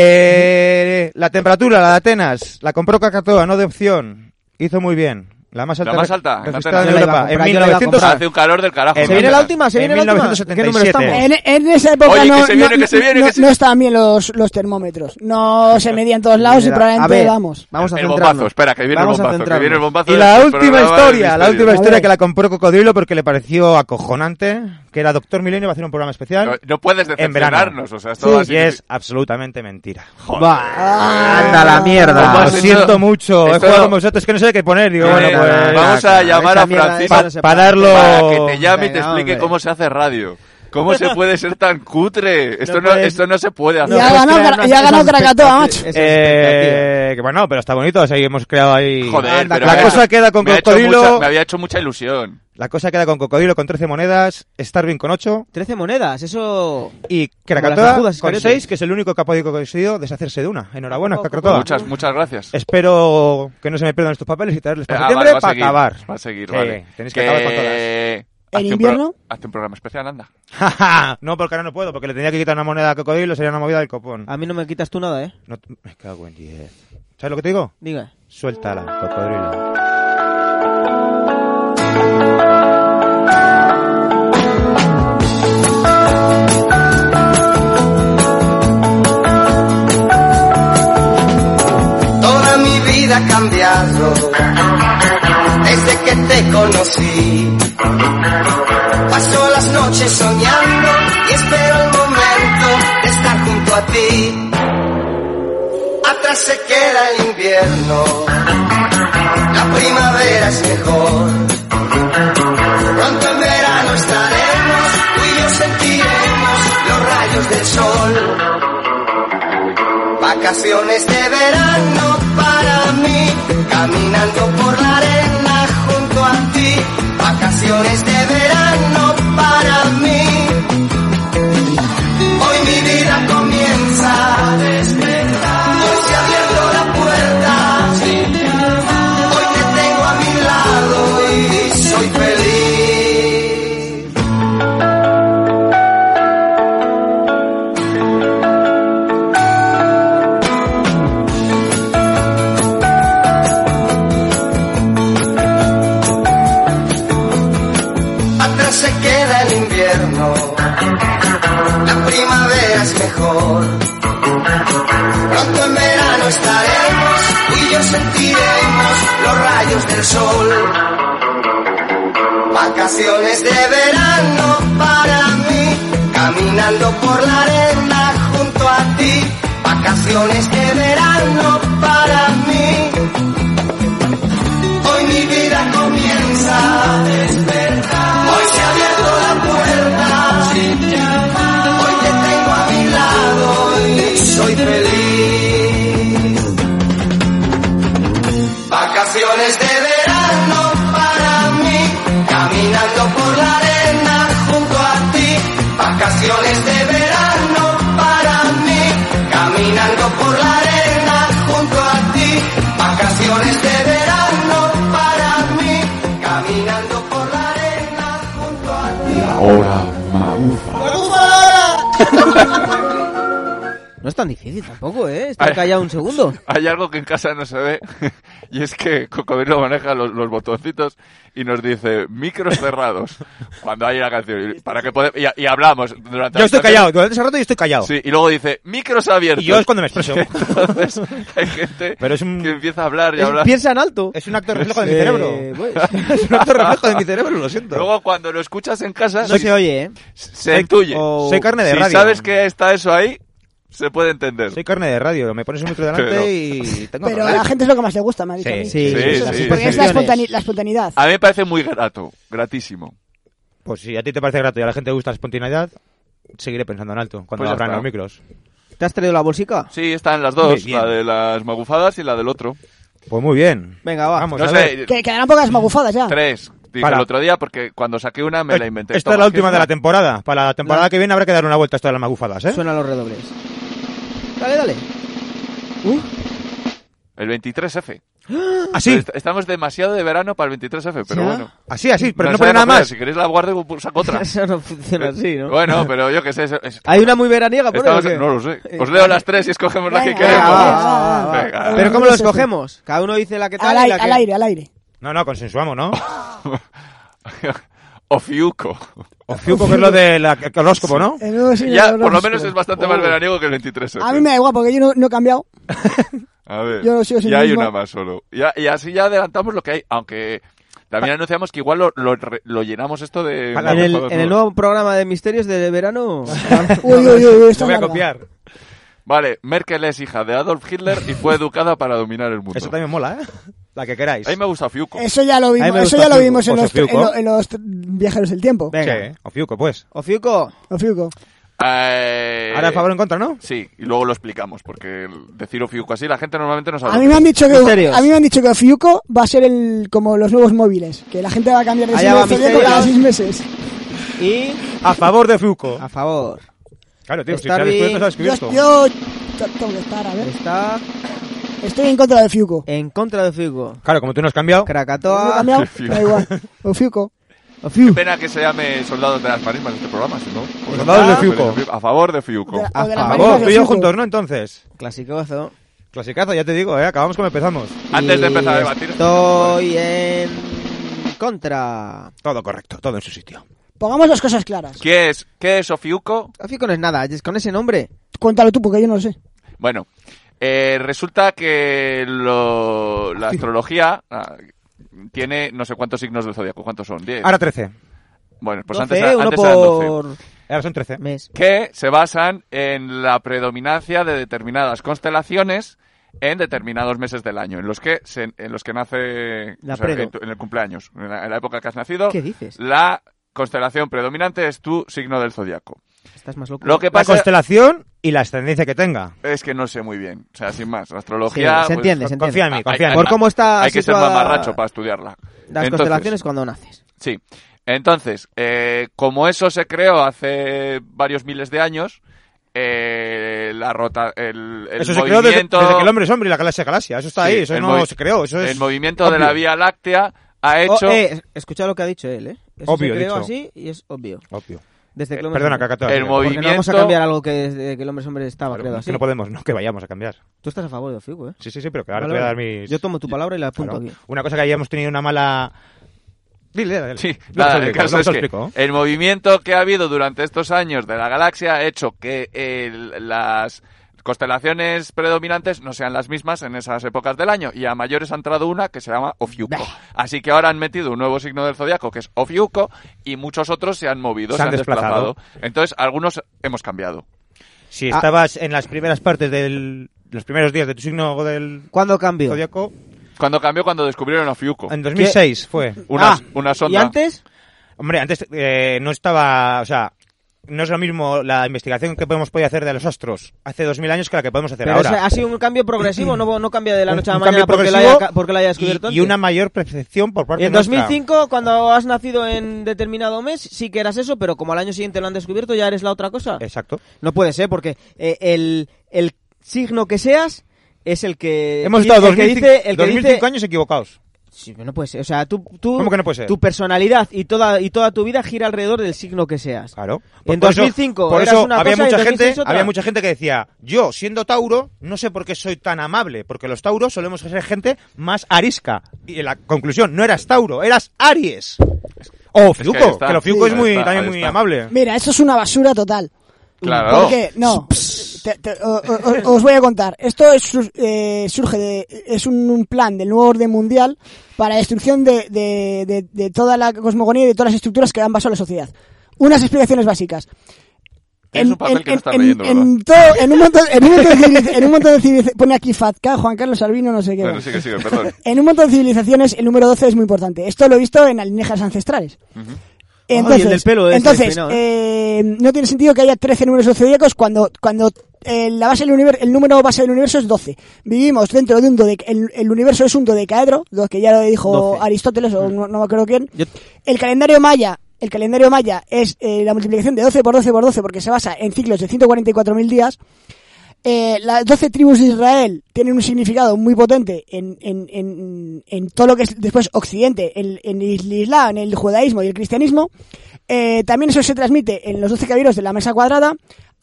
C: Eh, la temperatura, la de Atenas, la compró Krakatoa, no de opción. Hizo muy bien. La más alta.
B: La más alta, en Ah,
C: registrada en
D: Atenas. Yo la iba a
C: Europa. En
D: comprar, yo la iba a
C: 1900
D: comprar.
B: Hace un calor del carajo.
C: Eh,
D: ¿Se
B: me
D: viene
B: encanta.
D: la última? ¿Se
C: en
D: viene la última?
C: 1977.
D: ¿Qué número estamos?
E: En, en esa época
B: Oye, que
E: no,
B: se viene,
E: no-
B: que se viene,
E: no-
B: que se-
E: no estaban bien los, los termómetros. No se medían todos lados y
D: Mira,
E: probablemente
D: a ver,
E: vamos.
D: Vamos a
B: El
D: centrarnos.
B: bombazo, espera, que viene
D: Vamos a
B: el bombazo. Que
D: centrarnos.
B: viene el bombazo
C: Y
B: del
C: la
B: programa
C: última
B: del
C: historia, la
B: misterio.
C: última
E: A
C: historia
E: ver.
C: que la compró Cocodrilo porque le pareció acojonante, que era Doctor Milenio va a hacer un programa especial.
B: No, no puedes
C: En verano.
B: decepcionarnos, o sea, esto
C: Sí,
B: va a ser-
C: y es absolutamente mentira.
D: Va, anda la
B: ¿Cómo
C: Lo
B: has
D: mierda.
B: hecho?
C: siento mucho, he
B: Esto
C: jugado
B: no-
C: con vosotros, es que no sé qué poner. Digo,
B: Ah. Eh,
C: bueno, pues... eh,
B: vamos a
D: Esa
B: llamar a
D: mierda,
B: Francisco
D: esa
C: pa-
D: no se
C: pa
D: para.
C: darlo-
B: para que te llame y te
D: Venga,
B: explique
D: hombre.
B: cómo se hace radio. ¿Cómo se puede ser tan cutre? Esto
D: No
B: no,
D: puedes-
B: esto no se puede hacer.
E: Ya
D: puedes
E: ganó
D: crear
E: Kra-
D: unas-
E: ya ganó
D: esas
E: Krakatoa,
D: expectativas-
E: macho.
D: esas
C: Eh,
D: expectativas.
C: que bueno, pero está bonito, o sea, ahí hemos creado ahí...
B: Joder,
D: Anda,
B: pero
C: la
B: me-
C: cosa queda con
B: me ha hecho
C: Cocodrilo.
B: mucha- me había hecho mucha ilusión.
C: La cosa queda con Cocodrilo con 13 monedas, Starvin con 8
D: 13 monedas, eso...
C: y
D: Como las de
C: Krakatoa
D: Judas
C: con
D: Iscariote.
C: 6, que es el único que ha podido conseguido deshacerse de una. Enhorabuena,
D: Oh,
C: Krakatoa.
B: Muchas, muchas gracias.
C: Espero que no se me pierdan estos papeles y traerles
B: Ah,
C: para
B: vale,
C: septiembre
B: va a
C: para
B: seguir,
C: acabar.
B: Va a seguir,
C: Sí,
B: vale.
C: Tenéis que acabar con todas.
B: Hazte un
E: invierno?
B: pro- Hazte un programa especial, anda.
C: [laughs] no, porque ahora no puedo, porque le tenía que quitar una moneda a Cocodrilo, sería una movida del copón.
E: Ah.
D: A mí no me quitas tú nada, ¿eh?
C: No, t- me cago en 10. ¿Sabes lo que te digo?
D: Diga.
C: Suéltala, Cocodrilo.
H: Toda mi vida ha cambiado desde que te conocí. Paso las noches soñando y espero el momento de estar junto a ti. Atrás se queda el invierno, la primavera es mejor. Pronto en verano estaremos, tú y yo sentiremos los rayos del sol. Vacaciones de verano para mí, caminando por la arena junto a ti. Vacaciones de verano para mí. Hoy mi vida comienza a despertar. Yo estoy abierto la puerta. Hoy te tengo a mi lado y soy feliz. atrás se queda el invierno, la primavera es mejor. Pronto en verano estaremos y yo sentiremos los rayos del sol. Vacaciones de verano para mí, caminando por la arena junto a ti. Vacaciones de verano para mí. Hoy mi vida comienza a despertar. Hoy se ha abierto la puerta. Hoy te tengo a mi lado y soy feliz. Vacaciones de verano para mí. Caminando por la arena junto a ti. Vacaciones de verano para mí. Caminando por la arena junto a ti. Vacaciones de verano para mí. Caminando por la arena junto a ti.
D: No es tan difícil tampoco, ¿eh? Estar callado un
B: [laughs]
D: segundo.
B: Hay algo que en casa no se ve [laughs] y es que Cocodrilo maneja los, los botoncitos y nos dice micros cerrados cuando hay la canción. Y, para que pode- y, y hablamos durante
C: Yo
B: la
C: estoy
B: canción.
C: callado, durante ese rato yo estoy callado.
B: Sí, y luego dice micros abiertos.
C: Y yo es cuando me expreso.
B: [laughs] Entonces hay gente
C: Pero es un-
B: que empieza a hablar y
D: Es-
B: hablar.
D: piensa en alto.
C: Es un acto reflejo de mi
D: Eh,
B: [laughs]
C: cerebro.
D: [laughs] pues,
C: Es un acto reflejo de mi cerebro, lo siento.
B: Luego cuando lo escuchas en casa
D: no
B: si-
D: se oye, ¿eh?
B: se intuye.
D: o-
C: Soy carne de
B: si
C: radio.
B: sabes que está eso ahí, se puede entender.
C: Soy carne de radio, me pones un micro delante
B: Pero-
C: y tengo
E: Pero a
C: problemas.
E: la gente es lo que más le gusta, me ha dicho
C: Sí,
E: a mí.
D: sí,
B: Sí,
E: Eso,
B: sí,
E: porque es la,
D: sí.
E: espontane- la espontaneidad.
B: A mí me parece muy grato, gratísimo.
C: Pues si a ti te parece grato y a la gente le gusta la espontaneidad, seguiré pensando en alto cuando
B: Pues ya
C: abran
B: está.
C: los micros.
D: ¿Te has traído la bolsica?
B: Sí, están las
C: Muy
B: dos,
C: bien.
B: la de las magufadas y la del otro.
C: Pues muy bien.
D: Venga, va.
C: Vamos,
B: No
C: Pues a
B: sé,
C: ver.
E: Que quedarán pocas magufadas ya.
B: tres. Dije
C: Para.
B: el otro día porque cuando saqué una me la inventé.
C: Esta
B: Toma,
C: es la última
B: que
C: de la temporada. Para la temporada
D: La-
C: que viene habrá que dar una vuelta a esto de las magufadas, ¿eh?
D: Suena los redobles. Dale, dale.
B: El 23F.
C: Así,
B: Est- Estamos demasiado de verano para el 23F, pero
D: Ya.
B: bueno.
C: así, así, pero
B: No
C: no,
B: sé,
C: pone
B: no
C: nada
B: jodas,
C: más.
B: Si queréis la guardo, pues saco
E: [laughs]
B: otra.
D: [laughs] Eso no funciona así, ¿no?
B: Bueno, pero yo qué sé. es- es-
E: Ah,
D: ¿Hay una muy veraniega por ahí,
B: estamos-
D: o qué?
B: no lo
D: [laughs]
B: sé. Os leo las tres y escogemos la que
E: Eh, Venga, venga,
B: queremos.
E: va, va, va, va.
B: Venga.
D: ¿Pero cómo lo
E: Sí, sí.
D: escogemos? Cada uno dice la que tal y
E: Al, ai-
D: la que...
E: al aire, al aire.
C: No, no, consensuamos,
D: [laughs]
C: ¿no?
B: [laughs] Ofiuco.
C: O Fiuco, que es lo del horóscopo, ¿no?
E: El nuevo signo
B: Ya,
E: de
B: por lo
E: los-
B: menos es bastante más veraniego que el 23F.
E: Oh. A mí me da igual porque yo no, no he
B: [laughs]
E: cambiado.
B: A ver,
E: Yo lo sigo sin
B: ya hay
E: mismo.
B: una más solo. Ya- y así ya adelantamos lo que hay, aunque también anunciamos que igual lo, lo re- lo llenamos esto de...
C: Para
D: En el,
B: magufadas
D: en el
B: nuevas.
D: nuevo programa de misterios de
B: [laughs]
D: verano...
E: Uy, uy, uy,
C: Lo
E: esta
C: voy a
E: es larga.
C: copiar.
B: Vale, Merkel es hija de Adolf Hitler y fue educada para dominar el mundo.
C: Eso también mola, ¿eh? La que queráis.
B: A mí me gusta Fiuco.
E: Eso ya lo
D: A mí
E: vimos,
D: me
E: eso
D: gusta
E: ya lo
D: Fiuco,
E: vimos en
C: pues
E: los,
C: el Fiuco.
E: en lo- en los t- viajeros del tiempo.
C: Sí,
D: Venga.
C: o Fiuco, pues.
D: Ofiuco,
E: Ofiuco.
B: Eh,
C: Ahora a favor o en contra, ¿no?
B: Sí, y luego lo explicamos, porque el decir Ofiuco así la gente normalmente no sabe.
E: A mí me han dicho que
D: Misterios.
E: a mí me han dicho que Ofiuco va a ser el como los nuevos móviles, que la gente va a cambiar de
D: Allá
E: signo
D: va
E: de zodiaco cada seis
D: Misterios.
E: meses.
D: y...
C: A favor de Fiuco.
D: A favor.
C: Claro, tío, si
D: Está
C: sabes tú
D: bien.
C: esto, sabes
E: Yo,
C: escribir esto.
E: yo t- tengo que estar, a ver.
D: Está
E: Estoy en contra de Fiuco.
D: en contra de Ofiuco.
C: Claro, como tú no has cambiado.
E: No he
D: Krakatoa...
E: cambiado,
B: Fiuco.
E: da igual. Ofiuco.
B: Qué pena que se llame Soldados de las Marismas este programa, si no... pues
C: Soldados
B: nada,
C: de Fiuco.
B: pero- A favor de Fiuco.
E: De- o de
D: A
C: A
D: favor,
E: las marismas
C: favor,
E: de
C: tú y yo
E: Fiuco.
C: juntos, ¿no? Entonces.
D: Clasicazo.
C: Clasicazo, ya te digo, ¿eh? Acabamos como empezamos.
B: Antes de
D: Y
B: empezar a debatir...
D: Estoy en contra.
C: Todo correcto, todo en su sitio.
E: Pongamos las cosas claras.
B: ¿Qué es, qué es Ofiuco?
D: Ofiuco no es nada, es con ese nombre.
E: Cuéntalo tú, porque yo no lo sé.
B: Bueno, eh, resulta que lo- la astrología ah, tiene no sé cuántos signos del zodiaco. ¿Cuántos son? ¿Diez?
C: Ahora 13.
B: bueno, pues
D: 12,
B: antes, era-
D: uno
B: antes eran doce.
D: por
C: Ahora son 13.
D: mes.
B: que se basan en la predominancia de determinadas constelaciones en determinados meses del año, en los que se- en los que nace
D: La
B: o sea,
D: predo.
B: en, tu- en el cumpleaños, en la, en la época que has nacido,
D: ¿Qué dices?
B: la constelación predominante es tu signo del zodiaco.
D: Estás más loco.
B: Lo que
C: La
B: pasa
C: constelación y la ascendencia que tenga.
B: es que no sé muy bien, o sea, sin más, la
D: Sí,
B: astrología
D: se
B: pues,
D: entiende, se entiende.
C: confía en mí,
B: hay-
C: confía en
B: hay-
C: mí.
D: Por cómo está
B: hay que ser
D: situada
B: mamarracho para estudiarla.
D: Las
B: Entonces,
D: constelaciones cuando naces.
B: Sí. Entonces, eh, como eso se creó hace varios miles de años, eh, la rota, el, el
C: eso se creó desde,
B: movimiento,
C: desde que el hombre es hombre y la galaxia es galaxia. Eso está
B: Sí,
C: ahí, eso
B: el
C: no
B: movi-
C: se creó. Eso es
B: el movimiento de
C: obvio.
B: la Vía Láctea ha hecho.
D: Oh, eh, escucha lo que ha dicho él, ¿eh? Eso
C: Obvio,
D: se creó
C: dicho.
D: así y es obvio.
C: Obvio.
D: Desde que el hombre
C: Perdona,
D: es hombre.
C: Cacatoa.
B: El
C: que-
B: movi-
D: Porque no vamos a
B: Movimiento-
D: cambiar algo que desde que el hombre es hombre estaba
C: Pero
D: creado
C: es
D: así.
C: que no podemos, no, que vayamos a cambiar.
D: Tú estás a favor de Ofiuco, ¿eh?
C: Sí, sí, sí, pero que ahora
D: Vale,
C: te voy a dar
D: vale.
C: mis...
D: Yo tomo tu palabra y la apunto
C: Claro.
D: aquí.
C: Una cosa que hayamos tenido una mala... Dile, dale, dale.
B: Sí,
C: Luego
B: nada,
C: se
B: el
C: lo explico,
B: caso
C: luego
B: es
C: se lo
B: que eh,
C: explico.
B: el movimiento que ha habido durante estos años de la galaxia ha hecho que el- las constelaciones predominantes no sean las mismas en esas épocas del año y a mayores ha entrado una que se llama Ofiuco. Así que ahora han metido un nuevo signo del zodiaco que es Ofiuco y muchos otros se han movido, se, han desplazado. Entonces, algunos hemos cambiado.
C: Si
D: Ah.
C: estabas en las primeras partes del... Los primeros días de tu signo del
D: ¿Cuándo cambió?
C: zodiaco,
B: Cuando cambió cuando descubrieron Ofiuco.
C: en 2006 fue.
B: Una,
D: Ah,
B: una
D: ¿Y
B: sonda.
D: antes?
C: Hombre, antes eh, no estaba, o sea, no es lo mismo la investigación que podemos podía hacer de los astros hace 2000 años que la que podemos hacer
D: Pero o sea,
C: ahora.
D: ha sido un cambio progresivo, no, no cambia de la
C: Un-
D: noche a la
C: un cambio
D: mañana porque la, haya,
C: progresivo
D: ca- porque la haya descubierto
C: y, y
D: antes.
C: una mayor percepción por parte
D: En
C: nuestra.
D: 2005, cuando has nacido en determinado mes, sí que eras eso, pero como al año siguiente lo han descubierto, ya eres la otra cosa.
C: Exacto.
D: No puede ser, porque eh, el, el signo que seas es el que.
C: Hemos
D: el
C: estado
D: que
C: 2005,
D: dice- el que
C: 2005
D: dice-
C: años equivocados.
D: Sí, pero no puede ser. O sea, tú, tú-
C: ¿Cómo que no puede ser?
D: tu personalidad y toda, y toda tu vida gira alrededor del signo que seas.
C: Claro.
D: En
C: por eso-
D: 2005
C: por
D: eras
C: eso
D: una
C: había
D: cosa y
C: mucha
D: en 2006
C: gente,
D: otra.
C: había mucha gente que decía, yo siendo Tauro no sé por qué soy tan amable, porque los Tauros solemos ser gente más arisca. Y en la conclusión no eras Tauro, eras Aries. O
B: que ahí
C: Fiuco, que,
B: está.
C: lo Fiuco
B: Sí.
C: es muy
B: Ahí está,
C: también
B: ahí
C: muy
B: está.
C: amable.
E: Mira, esto es una basura total.
B: Claro.
E: Porque, no, te- te- o- o- o- os voy a contar. Esto es, sur- eh, surge de, es un, un plan del nuevo orden mundial para la destrucción de, de- de- de toda la cosmogonía y de todas las estructuras que han basado la sociedad. Unas explicaciones básicas.
B: Es un papel que no estás
E: en-
B: leyendo,
E: en
B: ¿verdad?
E: todo- en un montón, en un montón de civiliz- en un montón de civiliz- pone aquí Fatka, Juan Carlos Albino, no sé qué.
B: Bueno,
E: más.
B: sigue, sigue,
C: [laughs]
B: perdón.
E: En un montón de civilizaciones el número 12 es muy importante. Esto lo he visto en alienígenas ancestrales.
D: Ay, el del pelo este, ese
E: entonces
D: despeinado,
E: eh, no tiene sentido que haya 13 números zodiacos cuando, cuando eh, la base del universo, el número base del universo es 12. Vivimos dentro de un dodecaedro, el, el universo es un dodecaedro, lo que ya lo dijo
D: 12.
E: Aristóteles o no, no me acuerdo quién.
D: Mm. Yo-
E: El calendario maya, el calendario maya es eh, la multiplicación de 12 por 12 por 12 porque se basa en ciclos de 144.000 días. Eh, las 12 tribus de Israel tienen un significado muy potente en, en, en, en todo lo que es después Occidente, en, en el Islam, en el judaísmo y el cristianismo. Eh, también eso se transmite en los 12 caballeros de la mesa cuadrada.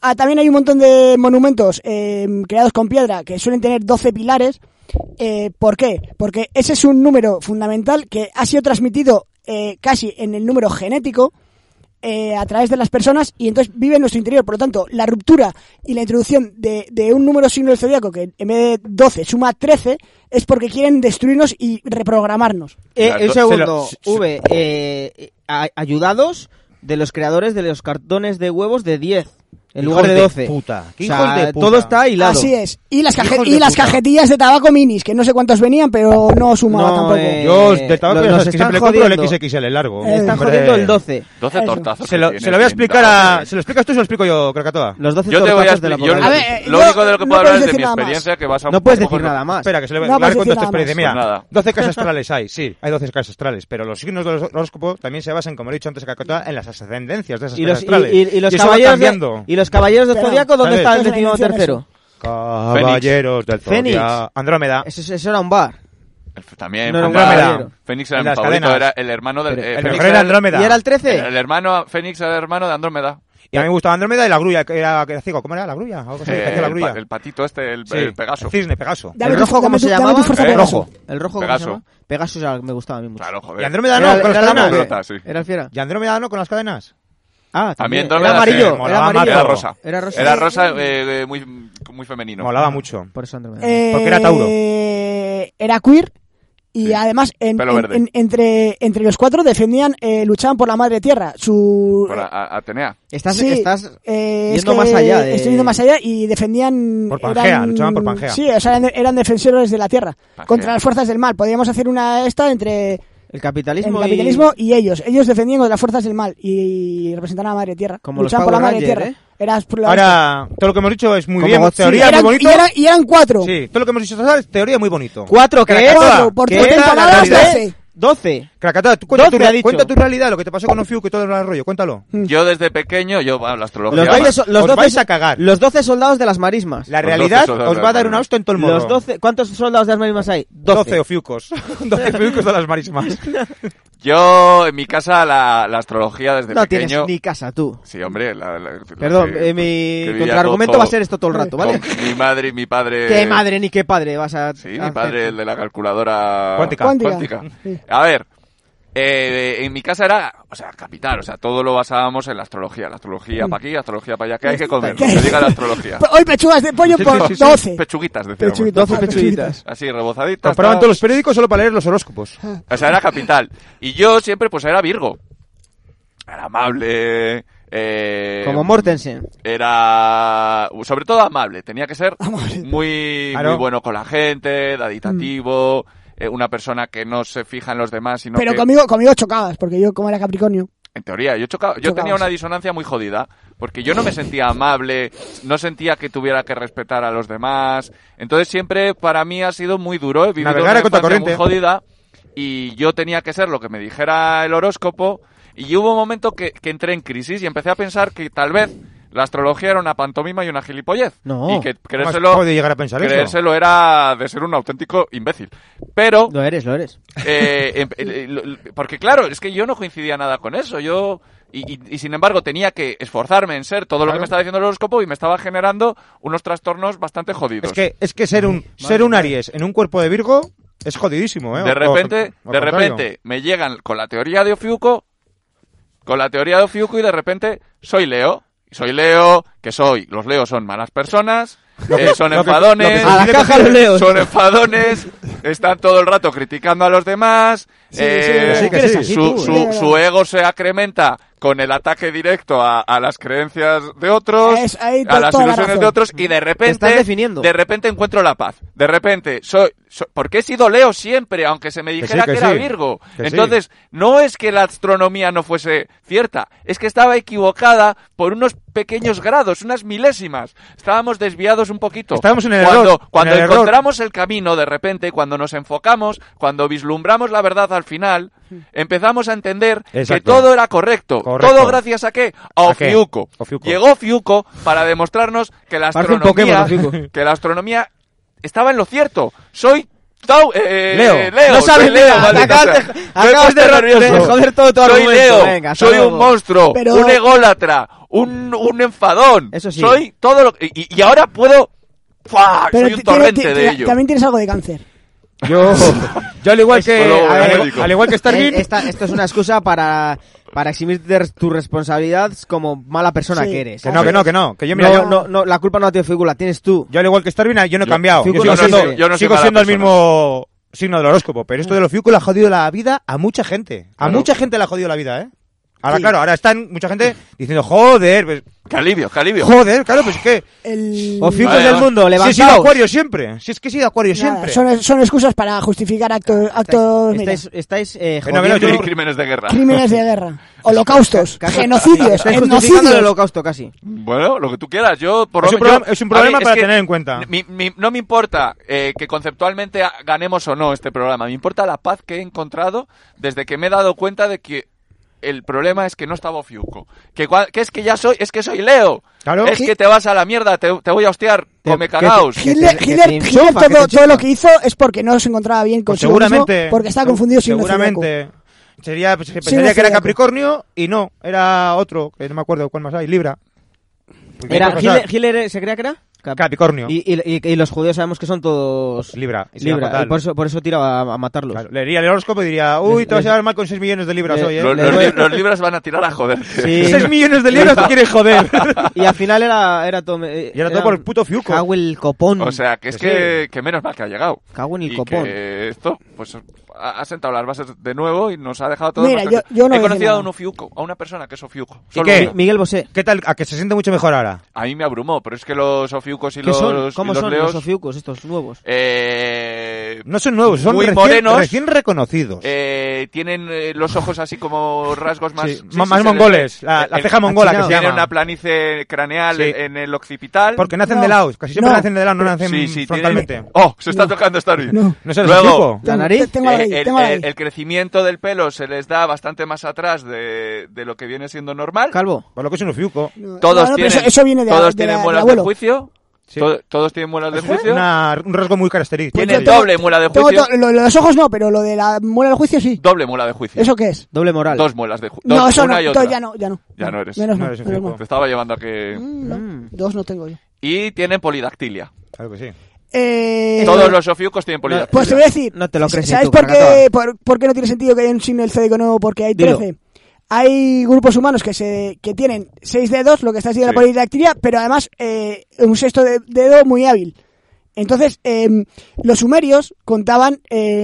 E: Ah, también hay un montón de monumentos eh, creados con piedra que suelen tener 12 pilares. Eh, ¿Por qué? Porque ese es un número fundamental que ha sido transmitido eh, casi en el número genético eh, a través de las personas y entonces vive en nuestro interior. Por lo tanto, la ruptura y la introducción de, de un número signo del zodiaco que en vez de 12 suma 13 es porque quieren destruirnos y reprogramarnos.
D: Eh,
B: Claro,
D: un
B: se
D: segundo,
C: se- se-
D: V, eh, eh, a- ayudados de los creadores de los cartones de huevos de 10 en
C: Hijos
D: lugar de
C: de
D: 12.
C: puta,
D: O
C: hijos
D: sea,
C: de puta.
D: todo está hilado.
E: Así es. Y las, caje-
C: Hijos de
E: y las
C: puta.
E: cajetillas de tabaco minis, que no sé cuántos venían, pero no
D: No,
E: sumaba tampoco.
D: eh,
C: Yo de tabaco
D: los-
C: ya
D: los
C: sabes que
D: están
C: siempre le compro el
D: jodiendo.
C: XXL el largo.
E: Eh,
D: Están
C: Hombre.
D: jodiendo el 12.
B: 12
E: Eso.
B: tortazos.
C: Se lo,
B: que este
C: se lo voy a
B: tienes,
C: explicar a...
B: Linda.
C: ¿Se lo explicas tú o se lo explico yo, Krakatoa?
D: Los 12
B: Yo te voy a
D: tortazos de la
B: explicar. yo-
E: A
D: apocalipsis.
E: ver,
B: lo
E: yo-
B: único de lo que puedo
E: no puedes
B: hablar es de
E: decir
B: mi
E: nada más.
B: experiencia, que vas a
D: No puedes decir nada más.
C: Espera, que se le voy
E: No
C: a hablar
E: puedes
C: con
E: decir
C: esta
E: nada más.
C: experiencia. Mira,
B: Pues nada.
C: 12 casas astrales hay, sí, hay 12 casas astrales, pero los signos del horóscopo también se basan, como he dicho antes, Krakatoa, en las ascendencias de esas
D: Y
C: casas
D: los, y,
C: astrales.
D: y- y los
C: eso va
D: caballeros de,
C: cambiando.
D: y los caballeros de
E: Espera.
D: Zodíaco,
C: ¿Sabes?
D: ¿dónde está el
E: Eso es
D: décimo
E: mención
D: tercero?
C: Caballeros del
D: Fénix.
C: Zodiaco. Andrómeda.
D: Eso, es- eso era un bar.
B: También,
D: No era un
B: hombre,
C: caballero.
B: Fénix era
C: En
B: mi
C: las
B: favorito,
C: cadenas.
B: era el hermano del...
D: Pero-
B: eh,
C: El
B: Fénix
C: mejor era Andrómeda.
D: ¿Y era el 13?
B: El, el hermano, Fénix era el hermano de Andrómeda.
C: Y a mí me gustaba Andrómeda y la grulla, que era que era ciego. ¿Cómo era la grulla? Algo así,
B: Eh,
C: que hacía la
B: el,
C: grulla.
B: pa- el patito este, el,
C: Sí,
B: el Pegaso.
C: cisne, Pegaso.
E: Dame
D: ¿El
E: tu-
D: rojo
E: dame
D: cómo
E: tu-
D: se
E: dame tu
D: llamaba?
E: fuerza,
B: Eh,
E: Pegaso.
B: rojo.
D: El rojo, ¿cómo se
B: Pegaso.
D: llama? Pegasus ah, me gustaba a mí mucho.
B: Claro, joder.
C: Y Andrómeda
D: Era-
C: no, con las
D: era la
C: cadenas.
D: nave.
B: Pelota, sí.
D: Era el fiera.
C: Y Andrómeda no, con las cadenas.
D: Ah,
B: También
D: también. Era
B: Andrómeda, sí,
D: amarillo.
C: molaba
D: Era
C: más,
D: amarillo.
B: Ah, Era rosa.
D: Era rosa.
B: Era rosa, eh, eh, muy, muy femenino.
C: Molaba mucho.
D: Por eso Andrómeda.
E: Eh,
C: Porque era Tauro.
E: Era queer. Y
B: Sí.
E: además, en-
B: Pelo
E: en-
B: verde.
E: en- entre, entre los cuatro defendían, eh, luchaban por la madre tierra. Su,
B: Por a- a- Atenea.
D: Estás,
E: Sí,
D: estás
E: eh, es
D: yendo
E: que
D: más allá de-
E: estoy yendo más allá y defendían.
C: Por Pangea,
E: eran-
C: luchaban por Pangea.
E: Sí, o sea, eran, eran defensores de la tierra
B: Pangea.
E: contra las fuerzas del mal. Podríamos hacer una esta entre
D: el
E: el
D: capitalismo,
E: capitalismo y... ellos. Ellos defendían contra las fuerzas del mal y representaban a la madre tierra.
D: Como los
E: luchaban por la
D: Power
E: madre
D: Rangers,
E: tierra.
D: ¿eh?
E: Eras por la-
C: Ahora, todo lo que hemos dicho es muy
D: Como
C: bien.
D: Godzilla.
E: y,
C: Teoría
E: eran,
C: muy bonito.
E: y eran- y eran cuatro. [laughs]
C: Sí, todo lo que hemos dicho hasta ahora es teoría muy bonito.
D: Cuatro, que es?
C: Krakatoa.
E: Cuatro, por
C: ¿Qué
E: tres
C: es la
E: temporadas,
C: realidad?
E: doce.
D: Doce.
C: Krakatoa, tú cuenta,
D: Doce,
C: tu,
D: ha dicho.
C: cuenta tu realidad, lo que te pasó con Ofiuco y todo el rollo,
B: [laughs]
C: cuéntalo.
B: Yo desde pequeño, yo, bueno, la astrología.
D: Mm. Los
B: va.
D: doce, so- los
C: Os
D: doce-
C: vais a cagar.
D: Los doce soldados de las marismas.
C: La
B: Los
C: realidad
B: doce soldados
C: os va a dar un
B: de-
C: austo en todo el mundo.
D: Los 12, ¿cuántos soldados de las marismas hay? 12.
C: 12 ofiucos. [laughs]
D: [laughs]
C: 12 ofiucos de las marismas.
B: Yo, en mi casa, la, la astrología desde
D: no tienes
B: pequeño.
D: ni casa tú.
B: Sí, hombre. la- la- la-
D: Perdón,
B: que-
D: eh,
B: que
D: mi
B: vivía
D: contraargumento
B: todo-
D: va a ser esto todo el rato,
B: con
D: ¿vale?
B: Mi madre y mi
C: Eh,
B: padre.
D: Qué madre Ah, ni qué padre vas a
B: Sí, mi
D: hacer?
B: padre, el de la calculadora
C: Cuántica.
E: Cuántica. Sí.
B: A ver, eh, en mi casa era, o sea, capital, o sea, todo lo basábamos en la astrología. La astrología para aquí, astrología para allá, que hay que comer,
E: ¿Qué?
B: que diga la astrología.
E: Pe- [laughs] Hoy pechugas de pollo
C: Sí,
E: por
C: sí, sí, sí.
E: 12.
B: Pechuguitas, decíamos.
E: Pechuguitas.
D: 12 pechuguitas.
B: Así, rebozaditas.
C: Compraban
B: tal.
C: todos los periódicos solo para leer los horóscopos.
B: O sea, era capital. Y yo siempre, pues, era Virgo. Era amable, eh,
D: Como Mortensen.
B: era sobre todo amable, tenía que ser
E: Amable.
B: muy,
C: Claro.
B: muy bueno con la gente, daditativo, eh, una persona que no se fija en los demás, sino
E: Mm. Pero
B: que
E: conmigo, conmigo chocabas, porque yo, como era Capricornio,
B: en teoría yo chocaba, yo
E: Chocabas.
B: tenía una disonancia muy jodida, porque yo no me sentía amable, no sentía que tuviera que respetar a los demás. Entonces siempre para mí ha sido muy duro, he vivido
C: Navegar
B: una
C: a
B: infancia muy
C: contracorriente.
B: jodida y yo tenía que ser lo que me dijera el horóscopo y hubo un momento que, que entré en crisis y empecé a pensar que tal vez la astrología era una pantomima y una gilipollez
D: No.
B: y que
C: ¿Cómo has
B: creérselo
C: podido llegar a pensar eso?
B: creérselo era de ser un auténtico imbécil. Pero
D: Lo eres, lo eres.
B: eh, em- el- el- el- porque claro, es que yo no coincidía nada con eso. Yo y, y- y, sin embargo tenía que esforzarme en ser todo lo que me estaba diciendo el horóscopo y me estaba generando unos trastornos bastante jodidos.
C: Es que, es que ser un, ser un Aries en un cuerpo de Virgo es jodidísimo, ¿eh?
B: de
C: O-
B: repente,
C: o- o
B: de
C: contrario.
B: repente me llegan con la teoría de Ofiuco, con la teoría de Ofiuco y de repente soy Leo. Soy Leo, que soy, los Leos son malas personas, eh, son
C: lo que- lo que
B: enfadones,
C: se A la dice
D: caja con- los Leos.
B: son enfadones, están todo el rato criticando a los demás, eh,
C: sí, que sí, que sí.
B: su,
D: Sí,
B: su-
E: sí.
B: su ego se acrementa con el ataque directo a, a las creencias de otros,
E: Es- ahí to-
B: a las
E: toda la
B: ilusiones
E: razón.
B: de otros y de repente,
D: estás definiendo.
B: de repente encuentro la paz, de repente soy, so- porque he sido Leo siempre, aunque se me
C: sí,
B: dijera que,
C: que
B: era
C: sí.
B: Virgo.
C: Que sí.
B: Entonces, no es que la astronomía no fuese cierta, es que estaba equivocada por unos pequeños grados, unas milésimas. Estábamos desviados un poquito.
C: Estábamos en el
B: cuando,
C: error,
B: Cuando
C: en el error.
B: encontramos el camino, de repente, cuando nos enfocamos, cuando vislumbramos la verdad al final,
D: Hmm.
B: empezamos a entender que
C: Exacto.
B: todo era correcto.
C: Correcto.
B: Todo gracias a qué? A
C: ¿A qué?
B: Ofiuco.
C: Ofiuco.
B: Llegó Ofiuco para demostrarnos que la
D: Parece un
B: astronomía,
D: Pokémon, Ofiuco.
B: que la astronomía estaba en lo cierto. Soy Tau- eh,
C: Leo.
D: No sabes
B: soy Leo,
D: nada,
B: maldita
D: acabas
B: sea.
D: de-
B: Me he
D: acabas
B: puesto
D: de ro-
B: nervioso.
D: de joder todo tu
B: Soy
D: argumento.
B: Leo,
D: Venga, hasta
B: soy un
D: luego.
B: monstruo,
E: Pero-
B: un ególatra, un, un enfadón.
D: Eso sí.
B: Soy todo lo y, y ahora puedo ¡fua!
E: Pero
B: Ah, soy un
E: ti- tiene-
B: torrente
E: ti-
B: de
E: ti-
B: ello.
E: también tienes algo de cáncer.
B: [laughs]
C: Yo, yo al igual que,
B: Solo
C: al,
B: médico.
C: al igual que Stargate,
D: Eh, esta- esto es una excusa para, para eximir de tu responsabilidad como mala persona
E: Sí.
D: que eres. ¿eh?
C: que no, que no, que no, que yo, mira,
D: no,
C: yo,
D: no, no, la culpa no la tiene Figu, la tienes tú.
C: yo al igual que Starvin, yo no he
B: Yo-
C: cambiado. Yo
D: Fiuco
C: sigo
D: no soy-
C: siendo,
B: yo no soy
C: sigo
B: mala
C: siendo el
B: persona.
C: mismo signo del horóscopo, pero esto del ofiuco le ha jodido la vida a mucha gente. A
B: Claro.
C: mucha gente le ha jodido la vida, ¿eh? Ahora,
E: Sí.
C: claro, ahora están mucha gente diciendo, joder, pues,
B: Qué alivio, qué alivio.
C: joder, claro, pues que...
E: El...
D: Ofiucos
B: Vale,
D: del
B: vale.
D: mundo,
C: Si he sido
D: levantaos.
C: acuario siempre, si es que he sido acuario
E: Nada,
C: siempre.
E: son, son excusas para justificar actos, actos
B: [laughs]
E: mira,
D: Estáis, estáis eh,
C: Que no, que no,
D: jodiendo-
C: yo-
B: Crímenes de guerra.
E: crímenes de guerra, holocaustos,
D: Casi-
E: genocidios,
D: Estáis justificando el
E: etnocidios.
D: holocausto casi.
B: Bueno, lo que tú quieras. Yo, por
C: Es
B: lo
C: un
B: menos-
C: problema- es un problema
B: es
C: para
B: que
C: tener en cuenta.
B: mi- mi- no me importa eh, que conceptualmente a- ganemos o no este programa. Me importa la paz que he encontrado desde que me he dado cuenta de que el problema es que no estaba Fiuco. Que, cua- que es que ya soy, es que soy Leo.
C: Claro.
B: Es que te vas a la mierda, te, te voy a hostiar,
D: Te-
B: come
D: que-
B: cagaos.
D: que-
E: Hitler,
D: que te
E: Hitler-
D: enchufa,
E: Hitler
D: que te
E: todo, todo
D: enchufa.
E: lo que hizo es porque no se encontraba bien
C: Pues
E: consigo mismo, porque estaba confundido sin
C: seguramente Sería, pues, se
E: Signo
C: pensaría que era
E: zodiaco.
C: Capricornio y no, era otro, que no me acuerdo cuál más hay, Libra. Porque
D: Era,
C: otros, o sea,
D: Hitler, Hitler, eh, ¿Se creía que era? Cap-
C: Capricornio. Pues
D: Y, y- y- y los judíos sabemos que son todos
C: Libra. y sería
D: Libra.
C: fatal.
D: y por eso, por eso tiraba a, a matarlos.
C: Claro, leería el horóscopo y diría, uy, te vas a dar mal con 6 millones de libras
D: Le-
C: hoy, ¿eh?
B: Los,
D: le
B: los
D: doy-
B: lib- los libras van a tirar a joder. [laughs]
D: Sí.
C: 6 millones de libras te quieres joder.
D: [laughs] Y al final era, era todo. eh,
C: Y era todo por el puto Fiuco.
D: Cago en el copón.
B: O sea, que es
C: Sí.
B: que, que menos mal que ha llegado.
D: Cago en el
B: y
D: copón.
B: que esto, pues, ha ha sentado las bases de nuevo y nos ha dejado todo.
E: Mira,
B: más-
E: yo- yo
B: He
E: no voy a decir
B: conocido a
E: nada.
B: un ofiuco, a una persona que es ofiuco.
C: ¿Y
B: Solo
C: qué?
B: uno.
D: Mi- Miguel Bosé.
C: ¿Qué tal? A que se siente mucho mejor ahora.
B: A mí me abrumó, pero es que los ofiucos y
D: ¿Qué
B: los,
D: son? ¿Cómo
B: y los
D: son
B: leos,
D: los ofiucos estos nuevos?
B: eh,
C: No son nuevos, son
B: Muy
C: recién,
B: morenos.
C: recién reconocidos.
B: eh, tienen eh, los ojos así como rasgos más...
C: Sí,
B: sí,
C: más
B: sí,
C: más
B: se les ve.
C: mongoles, la, la
B: El-
C: ceja
B: el-
C: mongola que
D: achinado.
C: se
B: Tienen
C: llama.
B: una planicie craneal
C: Sí.
B: en, en el occipital.
C: Porque nacen
E: No.
C: de lado, casi siempre
E: No.
C: nacen de lado, no nacen
B: Sí, sí,
C: frontalmente.
B: tienen- Oh, se está tocando esta
E: No.
C: ¿No sabes el
B: Luego,
C: tipo?
D: ¿La
E: Tengo-
D: nariz?
E: te- Tengo la
B: Eh,
E: nariz,
B: el,
E: tengo la
B: el-
E: nariz.
B: el crecimiento del pelo se les da bastante más atrás de, de lo que viene siendo normal.
D: Calvo.
C: Por lo que es un ofiuco.
E: No,
B: Todos
E: no, pero
B: tienen,
E: eso, eso viene de,
B: todos
E: de-
B: tienen
E: de
B: muelas de,
E: abuelo.
B: juicio.
C: Sí.
B: to- todos tienen muelas de juicio.
C: Una- un rasgo muy característico.
B: Tiene
E: Yo tengo-
B: doble muela de
E: tengo
B: juicio.
E: to- lo, lo de los ojos no, pero lo de la muela del juicio sí.
B: Doble muela de juicio.
E: ¿Eso qué es?
D: Doble moral.
B: Dos muelas de juicio.
E: no, eso
B: una
E: no,
B: y
E: to-
B: otra.
E: ya no, ya no.
B: Ya no eres.
E: Menos
C: No
E: no,
C: eres un
E: menos
C: fijo.
E: no.
B: Te estaba llevando a que.
E: Mm, no,
D: Mm.
E: Dos no tengo yo.
B: Y tienen polidactilia.
C: Claro que sí.
E: Eh,
B: Todos los ofiucos tienen polidactilia.
E: Pues te voy a decir.
D: No te lo crees ni
E: ¿Sabes
D: tú,
E: por
D: Caracaba.
E: qué, por, por qué no tiene sentido que haya un signo del zodiaco nuevo? Porque hay
D: Dilo.
E: 13. Hay grupos humanos que se que tienen seis dedos, lo que está haciendo
B: Sí.
E: la polidactilia, pero además eh, un sexto de- dedo muy hábil. Entonces, em, los sumerios contaban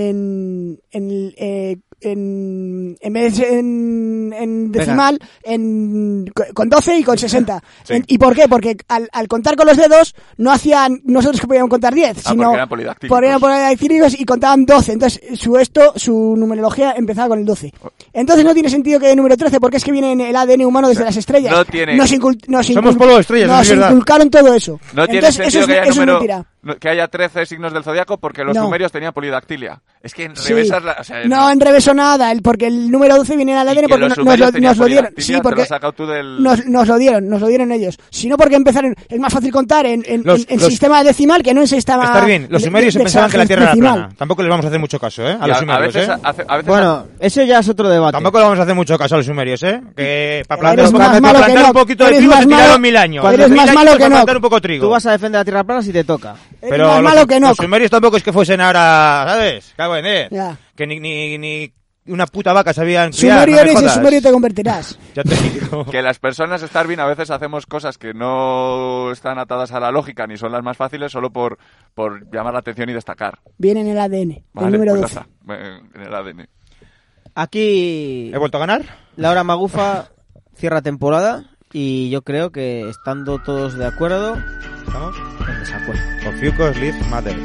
E: en, en, eh, en, en vez de- en, en
D: Venga.
E: decimal, en, con 12 y con 60.
B: Sí.
E: En- ¿Y por qué? Porque al, al contar con los dedos, no hacían nosotros que podíamos contar 10,
B: Ah,
E: sino
B: porque eran polidactílicos.
E: porque eran polidactílicos y contaban 12. Entonces, su esto, su numerología empezaba con el 12. Entonces, no tiene sentido que el número 13, porque es que viene en el ADN humano desde las estrellas.
B: no tiene-
E: Nos incul- nos
C: Somos
E: incul-
C: polvo de estrellas,
E: Nos
C: es verdad.
E: inculcaron todo eso.
B: No tiene
E: Entonces,
B: sentido
E: eso es,
B: que, haya
E: eso es
B: número-
E: mentira.
B: no- que haya 13 signos del zodiaco porque los
E: No.
B: sumerios tenían polidactilia. Es que en
E: Sí.
B: revisas la. o sea,
E: no, en revés o nada, el- porque el número 12 viene en el
B: Y
E: ADN
B: que
E: porque
B: los
E: no- nos,
B: sumerios
E: lo,
B: tenían
E: nos lo dieron.
B: polidactilia,
E: Sí,
B: te lo
E: porque
B: has sacado tú del-
E: nos, nos lo dieron, nos lo dieron ellos. Si no, porque empezaron. Es más fácil contar en, en,
C: Los-
E: en- en
C: los-
E: sistema decimal que no en sistema.
C: Estar bien, los
E: de-
C: sumerios
E: de-
C: se pensaban que la Tierra era
E: decimal.
C: plana. Tampoco les vamos a hacer mucho caso, ¿eh?
B: y
C: A los
B: a- a
C: sumerios,
B: veces,
C: ¿eh?
B: hace- a veces
D: Bueno, ese ya es otro debate.
C: Tampoco le vamos a hacer mucho caso a los sumerios, ¿eh? Que para
E: Pero
C: plantar,
E: eres
C: un, poco-
E: más
C: para
E: malo
C: plantar
E: que no.
C: un poquito de
E: Eres
C: trigo
E: más
C: se tiraron
E: malo-
C: mil años.
E: eres
C: Mil
E: más
C: años
E: malo
C: para
E: que no.
C: plantar un poco de trigo.
D: Tú vas a defender la tierra plana si te toca.
E: Eres más malo
C: los,
E: que no.
C: los sumerios tampoco es que fuesen ahora, ¿sabes? Cago en diez.
E: Ya.
C: Que ni, ni, ni una puta vaca sabían criar.
E: Sumerio
C: no me
E: eres y
C: jodas.
E: sumerio te convertirás.
C: Ya te digo.
B: que las personas estar bien a veces hacemos cosas que no están atadas a la lógica ni son las más fáciles solo por, por llamar la atención y destacar.
E: Viene en el ADN,
B: Vale,
E: el número
B: pues ya
E: 12.
B: está. Eh, En el ADN.
D: Aquí
C: ¿He vuelto a ganar?
D: Laura Magufa cierra temporada y yo creo que estando todos de acuerdo,
C: ¿Estamos?
D: en desacuerdo.
C: Con Fiucos, Liz, Mother.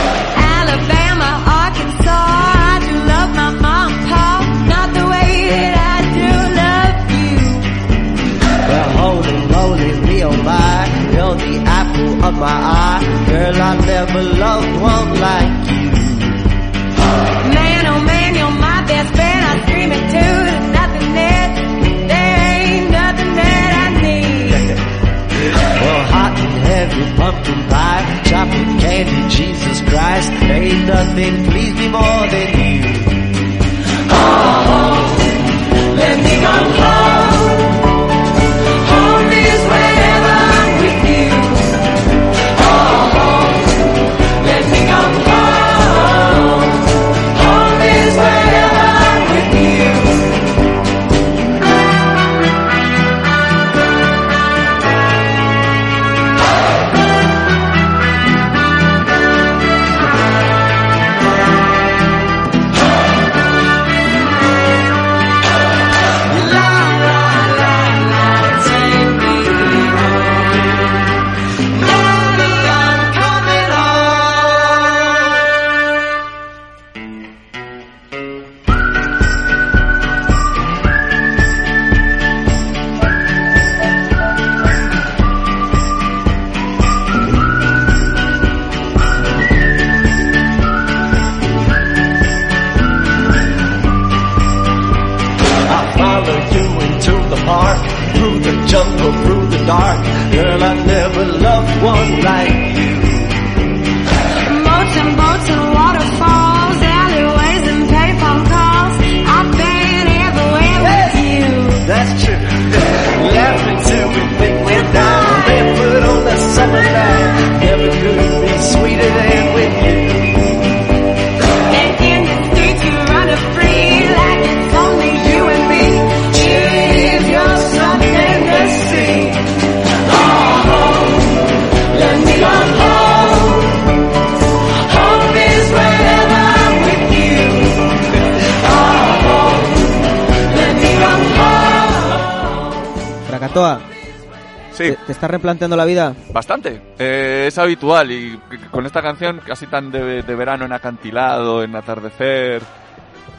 F: Alabama, Arkansas, I do love my mom and pop, not the way that I do love you.
H: Well, holy moly, me oh my, you're the apple of my eye. Girl, I never loved one like you.
F: Man, oh man, you're my best friend. I scream it too. There's nothing that there ain't nothing that I need.
H: Well, hot and heavy pumpkin pie, chocolate candy, Jesus Christ. Ain't nothing please me more than you.
F: Let me come close. Home is wherever I'm with you. Oh, let me come close. Home is wherever I'm with you.
H: jungle through the dark. Girl, I never loved one like you.
F: Boats and boats and waterfalls, alleyways and paper calls. I've been everywhere with you.
H: That's true. Laughing till we think we're down. Barefoot on the summer night. Never could be sweeter than with you.
F: And in the streets you run a free like it's only you and me. It is your something to see. Oh, let me go home. Home is wherever I'm with you. Oh, let me go home.
D: Krakatoa,
B: Sí,
D: ¿te, te estás replanteando la vida?
B: bastante. Eh, es habitual y con esta canción casi tan de, de verano en acantilado, en atardecer.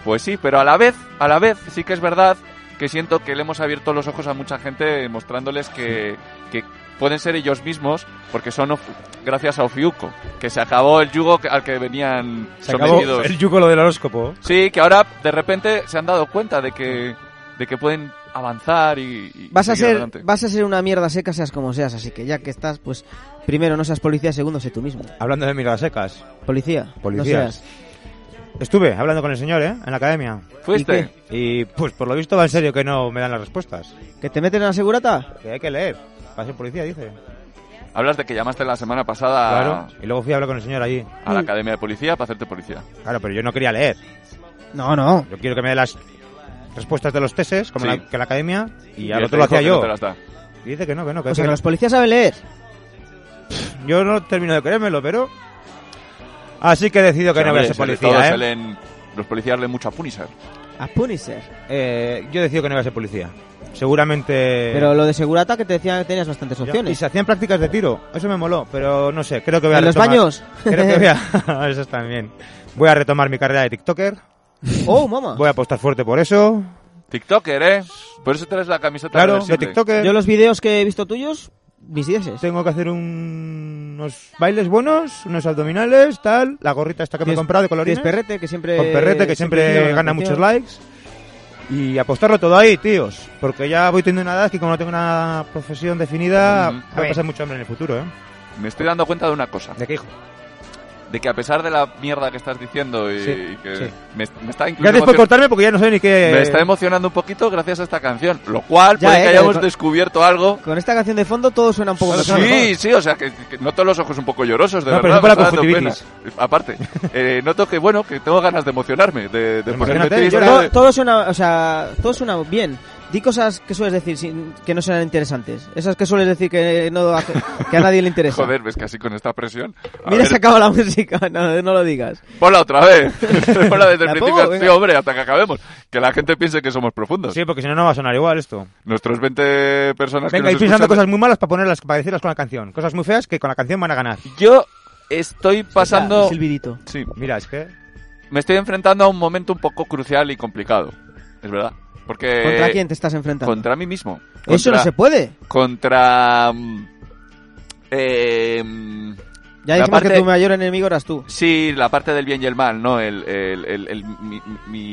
B: Pues sí, pero a la vez, a la vez, sí que es verdad que siento que le hemos abierto los ojos a mucha gente mostrándoles que, que pueden ser ellos mismos porque son of- gracias a Ofiuco, que se acabó el yugo que- al que venían
C: Se acabó
B: sometidos.
C: el yugo lo del horóscopo.
B: Sí, que ahora de repente se han dado cuenta de que, de que pueden avanzar y, y
D: Vas a,
B: seguir
D: ser,
B: adelante.
D: vas a ser una mierda seca seas como seas, así que ya que estás, pues primero no seas policía, segundo sé tú mismo.
C: Hablando de miradas secas.
D: Policía.
C: Policías. Estuve hablando con el señor, ¿eh? En la academia.
B: ¿Fuiste?
C: Y pues por lo visto va en serio que no me dan las respuestas.
D: No seas. ¿Que te meten en la segurata?
C: Que hay que leer. Para ser policía, dice.
B: Hablas de que llamaste la semana pasada
C: Claro. Y luego fui a hablar con el señor allí.
B: a la academia de policía para hacerte policía.
C: Claro, pero yo no quería leer.
D: No, no.
C: Yo quiero que me dé las respuestas de los teses, como
B: Sí.
C: la, que la academia. Y,
B: Y
C: al
B: él
C: otro
B: te
C: lo
B: dijo
C: hacía
B: que
C: yo.
B: no te las da.
C: Y dice que no, que no. Que
D: O sea,
C: que-
D: que los policías saben leer.
C: Yo no termino de creérmelo, pero... Así que decido que
B: Sí,
C: no voy a
B: hombre,
C: ser
B: sobre todo
C: policía,
B: se
C: ¿eh?
B: leen- los policías leen mucho a Punisher.
D: A Punisher.
C: Eh, Yo decido que no voy a ser policía. Seguramente...
D: Pero lo de segurata que te decía que tenías bastantes
C: Y
D: opciones.
C: se hacían prácticas de tiro. Eso me moló, pero no sé, creo que voy a
D: ¿En los
C: retomar-
D: baños?
C: Creo que voy a... [laughs]
D: [laughs]
C: Eso también. Voy a retomar mi carrera de TikToker.
D: Oh, mamá.
C: Voy a apostar fuerte por eso.
B: TikToker, ¿eh? Por eso traes la camiseta
C: Claro, de
B: reversible.
C: TikToker.
D: Yo los videos que he visto tuyos, mis dieces.
C: Tengo que hacer un- unos bailes buenos, unos abdominales, tal. La gorrita esta que me he comprado de colorines.
D: Tienes perrete, que siempre...
C: con perrete, que siempre
D: lleva
C: gana
D: la
C: muchos
D: atención.
C: likes. Y apostarlo todo ahí, tíos. Porque ya voy teniendo una edad que como no tengo una profesión definida,
B: Mm, a
C: voy a
D: ver.
C: pasar mucho hambre en el futuro, ¿eh?
B: Me estoy dando cuenta de una cosa.
C: ¿De qué, hijo?
B: De que a pesar de la mierda que estás diciendo y,
C: Sí,
B: y que
C: sí.
B: me, me está incluso
C: Gracias por
B: emocion-
C: cortarme porque ya no sé ni qué...
B: me está emocionando un poquito gracias a esta canción. Lo cual
D: Ya,
B: puede
D: ¿eh?
B: que
D: Que
B: hayamos
D: con-
B: descubierto algo.
D: Con esta canción de fondo todo suena un poco... mejor.
B: Sí, sí, o sea, que, que noto los ojos un poco llorosos, de
C: No, pero
B: verdad.
C: eso para
B: me está dando
C: conjuntivitis.
B: pena.
C: [laughs]
B: Aparte, eh, noto que, bueno, que tengo ganas de emocionarme, de, de ponerme
C: Emocionate,
B: triste.
C: llora.
D: Todo, todo suena, o sea, todo suena bien. Di cosas que sueles decir sin- que no sean interesantes. Esas que sueles decir que no hace- que a nadie le interesa.
B: [laughs] Joder, ves que así con esta presión. A
D: Mira,
B: ver,
D: se acaba la música. [laughs] No, no lo digas.
B: Ponla otra
D: [laughs]
B: vez. ponla desde el
D: ¿La
B: principio.
D: pongo?
B: Sí,
D: Venga.
B: hombre, hasta que acabemos. Que la gente piense que somos profundos.
C: Sí, porque si no, no va a sonar igual esto.
B: Nuestros 20 personas
C: Venga,
B: que
C: y
B: nos
C: pensando
B: escuchan-
C: cosas muy malas para ponerlas, para decirlas con la canción. Cosas muy feas que con la canción van a ganar.
B: Yo estoy pasando...
D: Ah, silbidito.
B: Sí,
C: Mira, es que...
B: me estoy enfrentando a un momento un poco crucial y complicado. Es verdad. Porque...
D: ¿Contra quién te estás enfrentando?
B: Contra mí mismo.
D: Eso no
B: Eh, Contra-
D: se puede.
B: Contra... mm, eh, mm, La
D: Ya dijimos que
B: parte-
D: tu mayor enemigo eras tú.
B: Sí, la parte del bien y el mal, ¿no? El, el- el- el- mi- mi-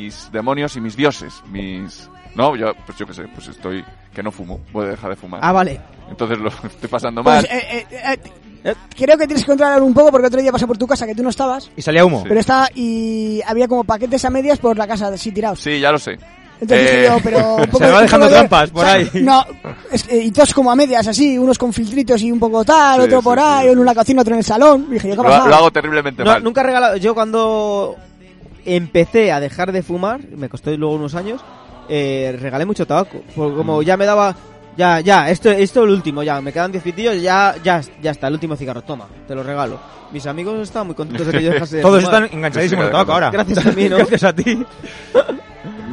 B: mis demonios y mis dioses, mis... No, yo, pues yo qué sé, pues estoy... Que no fumo, voy a dejar de fumar.
D: Ah, vale.
B: Entonces lo [laughs] estoy pasando
E: Pues,
B: mal.
E: eh, eh, eh, eh, creo que tienes que controlar un poco porque otro día pasé por tu casa que tú no estabas.
C: Y salía humo.
E: Pero estaba y había como paquetes a medias por la casa así tirados.
B: Sí, ya lo sé.
E: Entonces
B: Eh,
E: dije yo,
B: [laughs]
E: pero un poco
C: se va
E: un
C: dejando
E: poco
C: trampas por ahí.
E: No, es que- y todos como a medias así, unos con filtritos y un poco tal,
B: Sí,
E: otro
B: sí,
E: por
B: sí,
E: ahí,
B: sí.
E: uno en la cocina, otro en el salón. Y dije yo, ¿qué
B: Lo,
E: ha pasado?
B: lo hago terriblemente
D: No,
B: mal.
D: nunca he regalado. Yo cuando empecé a dejar de fumar, me costó luego unos años, eh, regalé mucho tabaco. Porque
B: Mm.
D: como ya me daba. Ya, ya, esto esto el último, ya, me quedan 10 pitillos, ya, ya, ya está, el último cigarro, toma, te lo regalo. Mis amigos están muy contentos de que yo dejase de
C: Todos
D: fumar.
C: están enganchadísimos al
B: Sí,
C: tabaco ahora.
D: Gracias a mí,
C: [laughs]
D: ¿no?
C: Gracias a ti.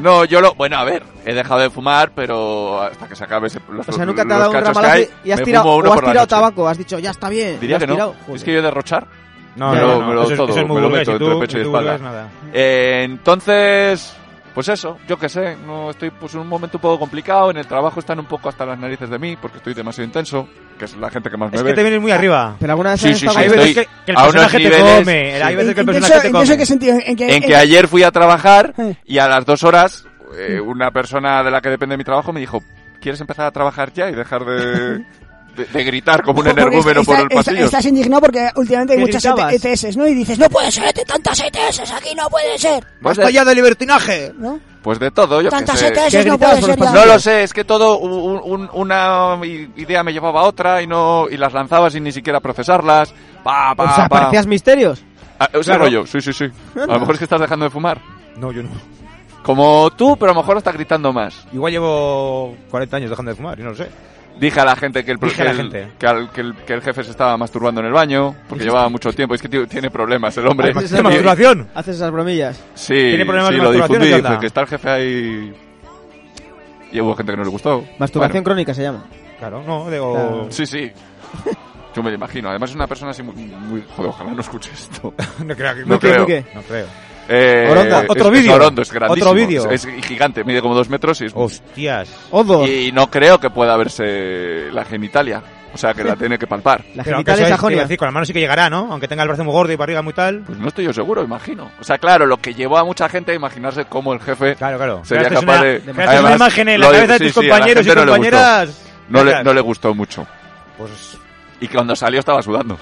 B: No, yo lo. Bueno, a ver, he dejado de fumar, pero hasta que se acabe ese. Los,
D: O sea, nunca te ha
B: los
D: dado un
B: cachos que
D: ramalazo
B: hay,
D: y has
B: me
D: tirado,
B: fumo uno
D: o has
B: por la
D: tirado
B: noche.
D: tabaco, has dicho, ya está bien.
B: Diría
D: lo has
B: que no.
D: tirado, joder.
B: es que yo de rochar.
C: No,
B: Me
C: no,
B: lo-
C: no,
B: me lo
C: eso, es-
B: todo,
C: eso es muy
B: me lo
C: vulgar,
B: meto
C: si tú-
B: entre pecho y
C: si tú
B: espalda.
C: vulgar es nada.
B: Eh, entonces. Pues eso, yo qué sé, no estoy pues en un momento un poco complicado, en el trabajo están un poco hasta las narices de mí, porque estoy demasiado intenso, que es la gente que más me
C: Es
B: ve.
C: que te vienes muy arriba.
D: Pero alguna vez
B: Sí,
D: has
B: sí,
D: estado
C: Hay
B: sí,
D: con-
C: veces
B: estoy
C: que, que el
B: a unos
C: personaje te
B: niveles-
C: come. Hay veces que el
E: Intenso-
C: personaje te
E: intenso en
C: come.
E: qué sentido? En que,
B: En
C: eh,
B: que
E: en-
B: ayer fui a trabajar
E: Eh.
B: y a las dos horas eh, una persona de la que depende mi trabajo me dijo, ¿Quieres empezar a trabajar ya y dejar
C: [laughs]
B: de, de, de gritar como un
E: Porque
B: energúmeno
E: está-
B: por el
E: está- está-
B: pasillo?
E: Estás indignado porque últimamente hay
D: ¿Qué
E: muchas
D: gritabas?
E: ET ETS, ¿no? Y dices, no puede ser, tantas ETS, aquí no puede ser,
B: Pues
C: ¡Basta
B: de,
C: ya de libertinaje!
E: ¿no?
B: pues de todo, yo qué
E: tantas
B: sé.
D: ¿Qué
E: ETS no
D: gritabas
E: puede
D: por
E: ser
D: los
E: ya.
B: Pues No lo sé, es que todo un- un- una idea me llevaba a otra y no y las lanzaba sin ni siquiera procesarlas. Pa, pa,
D: o sea,
B: pa.
D: parecías misterios.
B: Ah, ese
D: Claro.
B: rollo, sí, sí, sí. A lo mejor es que estás dejando de fumar.
C: No, yo no.
B: Como tú, pero a lo mejor estás gritando más.
C: Igual llevo 40 años dejando de fumar, y no lo sé.
B: Dije a la gente que el,
C: Dije
B: que,
C: a la
B: el-
C: gente.
B: que al- que el- que el jefe se estaba masturbando en el baño porque llevaba mucho tiempo. Es que tío, tiene problemas el hombre.
C: Además,
B: Y-
C: ¿De masturbación?
D: Haces esas bromillas.
B: Sí,
C: ¿Tiene problemas
B: sí,
C: de
B: lo
C: masturbación,
B: difundí.
C: es verdad?
B: Dice que está el jefe ahí. Y hubo gente que no le gustó.
D: Masturbación crónica se llama.
C: Claro, no, digo...
B: Bueno, sí, sí. Yo me lo imagino. Además, es una persona así muy. muy- joder, ojalá no escuche
C: [laughs]
B: esto.
C: [laughs] no creo. que-
B: No creo.
C: No creo.
D: ¿Tú qué?
C: No creo.
B: Eh,
C: Orondo,
B: es-
C: otro
B: es
C: vídeo.
B: Orondo, es grandísimo.
C: Otro vídeo.
B: Es, es gigante, mide como dos metros y es.
C: Hostias.
D: Odo.
B: Y no creo que pueda verse la genitalia. O sea, que
C: [laughs]
B: la tiene que palpar.
D: La
C: Pero aunque
D: genital es
C: eso es- quiero
D: sajonia.
C: decir, con la mano sí que llegará, ¿no? Aunque tenga el brazo muy gordo y barriga muy tal.
B: Pues no estoy yo seguro, imagino. O sea, claro, lo que llevó a mucha gente a imaginarse cómo el jefe
C: Claro, claro.
B: sería
C: Creaste
B: capaz
C: una,
B: de.
C: creaste una imagen en la
B: lo-
C: cabeza de
B: sí,
C: tus
B: sí, a la
C: compañeros y
B: gente no le gustó.
C: compañeras.
B: No le,
C: Venga.
B: no le gustó mucho.
C: Pues
B: Y cuando salió estaba sudando.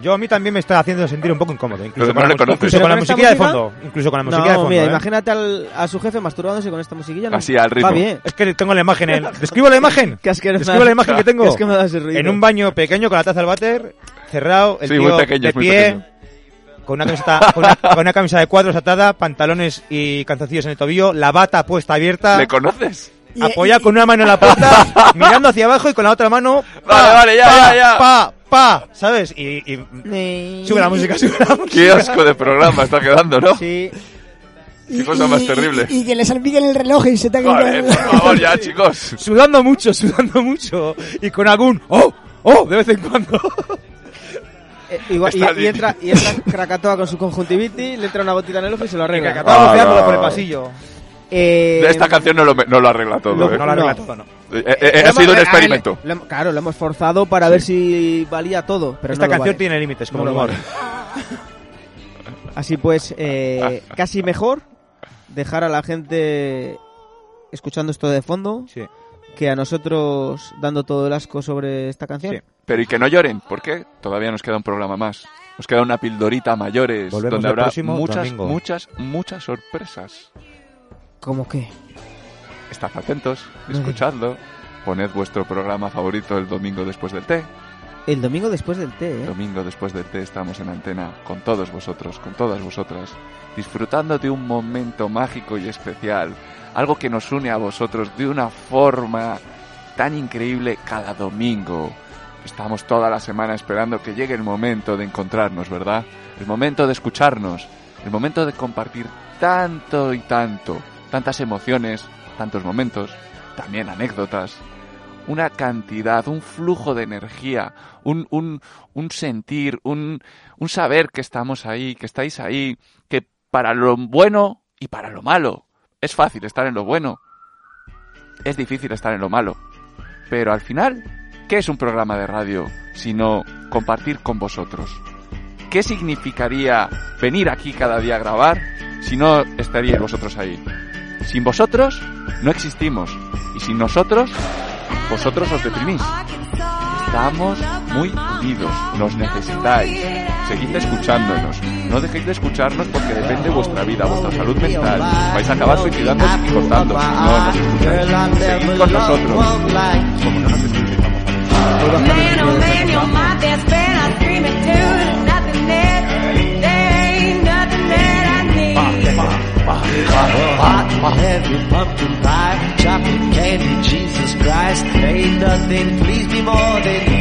C: yo a mí también me está haciendo sentir un poco incómodo. Incluso
B: Pero
C: con
B: no
C: la,
B: le
C: mus-
B: conoces.
C: incluso con la
D: ¿Pero con
C: musiquilla de
D: esta
C: fondo. Incluso con la
D: No,
C: musiquilla de fondo.
D: mira,
C: ¿eh?
D: imagínate al- a su jefe masturbándose con esta musiquilla. ¿no?
B: Así, al ritmo.
D: Va bien.
C: Es que tengo la imagen.
D: [laughs]
C: en- Describo la imagen.
D: Qué asqueroso.
C: Describo la imagen que tengo.
D: Es que me da ese ruido.
C: En un baño pequeño con la taza al váter, cerrado, el
B: Sí,
C: tío
B: muy pequeño,
C: de
B: es muy
C: pie, con una, camiseta, con, una, con una camisa de cuadros atada, pantalones y calzoncillos en el tobillo, la bata puesta abierta,
B: ¿Le
C: [laughs]
B: conoces?
E: Y-
C: apoyada
E: y-
C: con una mano en la
D: [laughs]
C: puerta, mirando hacia abajo y con la otra mano,
B: Vale, vale, ya,
C: pa,
B: ya, ya.
C: pa, pa, ¿sabes? Y, y- sube la música, sube la música.
B: Qué asco de programa está quedando, ¿no?
D: Sí.
E: y-
B: qué cosa
E: y-
B: más terrible.
E: Y, y que le salpiquen el reloj y se te
B: Joder, por favor, ya, chicos.
C: Sudando mucho, sudando mucho y con algún oh, oh de vez en cuando.
D: Eh, igual-
B: Está
D: y, y
B: bien.
D: entra, y entra Krakatoa con su conjuntivitis, le entra una gotita en el ojo y se lo
C: [laughs] Que
D: arregla.
C: acabamos
B: Ah,
C: pegándolo
B: no.
C: por el pasillo.
D: Eh,
B: De esta canción no lo, no lo arregla todo.
D: Lo-
B: ¿eh?
C: No la arregla
D: No.
C: todo, no.
B: Eh, eh, eh,
D: lo
B: ha
D: hemos-
B: sido un
D: eh,
B: experimento.
D: le- le hemos- claro, lo hemos forzado para ver si valía todo. Pero
C: Esta
D: no lo
C: canción
D: vale.
C: tiene límites, como
D: No
C: el
D: lo
C: humor.
D: Así pues, eh,
B: Ah,
D: casi mejor dejar a la gente escuchando esto de fondo
C: Sí.
D: que a nosotros dando todo el asco sobre esta canción.
C: Sí.
B: Pero y que no lloren, porque todavía nos queda un programa más. Nos queda una pildorita a mayores,
C: Volvemos
B: donde
C: el
B: habrá
C: próximo
B: muchas,
C: domingo.
B: muchas, muchas sorpresas.
D: ¿Cómo que?
B: Estad atentos,
C: [laughs]
B: escuchadlo. Poned vuestro programa favorito el domingo después del té.
D: El domingo después del té,
B: El
D: ¿eh?
B: domingo después del té estamos en antena con todos vosotros, con todas vosotras, disfrutando de un momento mágico y especial, algo que nos une a vosotros de una forma tan increíble cada domingo. Estamos toda la semana esperando que llegue el momento de encontrarnos, ¿verdad? El momento de escucharnos, el momento de compartir tanto y tanto, tantas emociones, tantos momentos, también anécdotas, una cantidad, un flujo de energía, un, un, un sentir, un, un saber que estamos ahí, que estáis ahí, que para lo bueno y para lo malo. Es fácil estar en lo bueno, es difícil estar en lo malo. Pero al final, ¿qué es un programa de radio sino compartir con vosotros? ¿Qué significaría venir aquí cada día a grabar si no estaríais vosotros ahí? Sin vosotros no existimos y sin nosotros vosotros os deprimís. Estamos muy unidos, nos necesitáis. Seguid escuchándonos. No dejéis de escucharnos porque depende vuestra vida, vuestra salud mental. Vais a acabar suicidándoos y cortando si no nos escucháis. Seguid con nosotros. Como no nos escuchéis, vamos a
F: Man, oh man, you're my best friend. I scream it too. There's nothing that, there ain't nothing that I need.
I: Hot and heavy pumpkin pie, chocolate candy, Jesus Christ. Ain't nothing pleased me more than you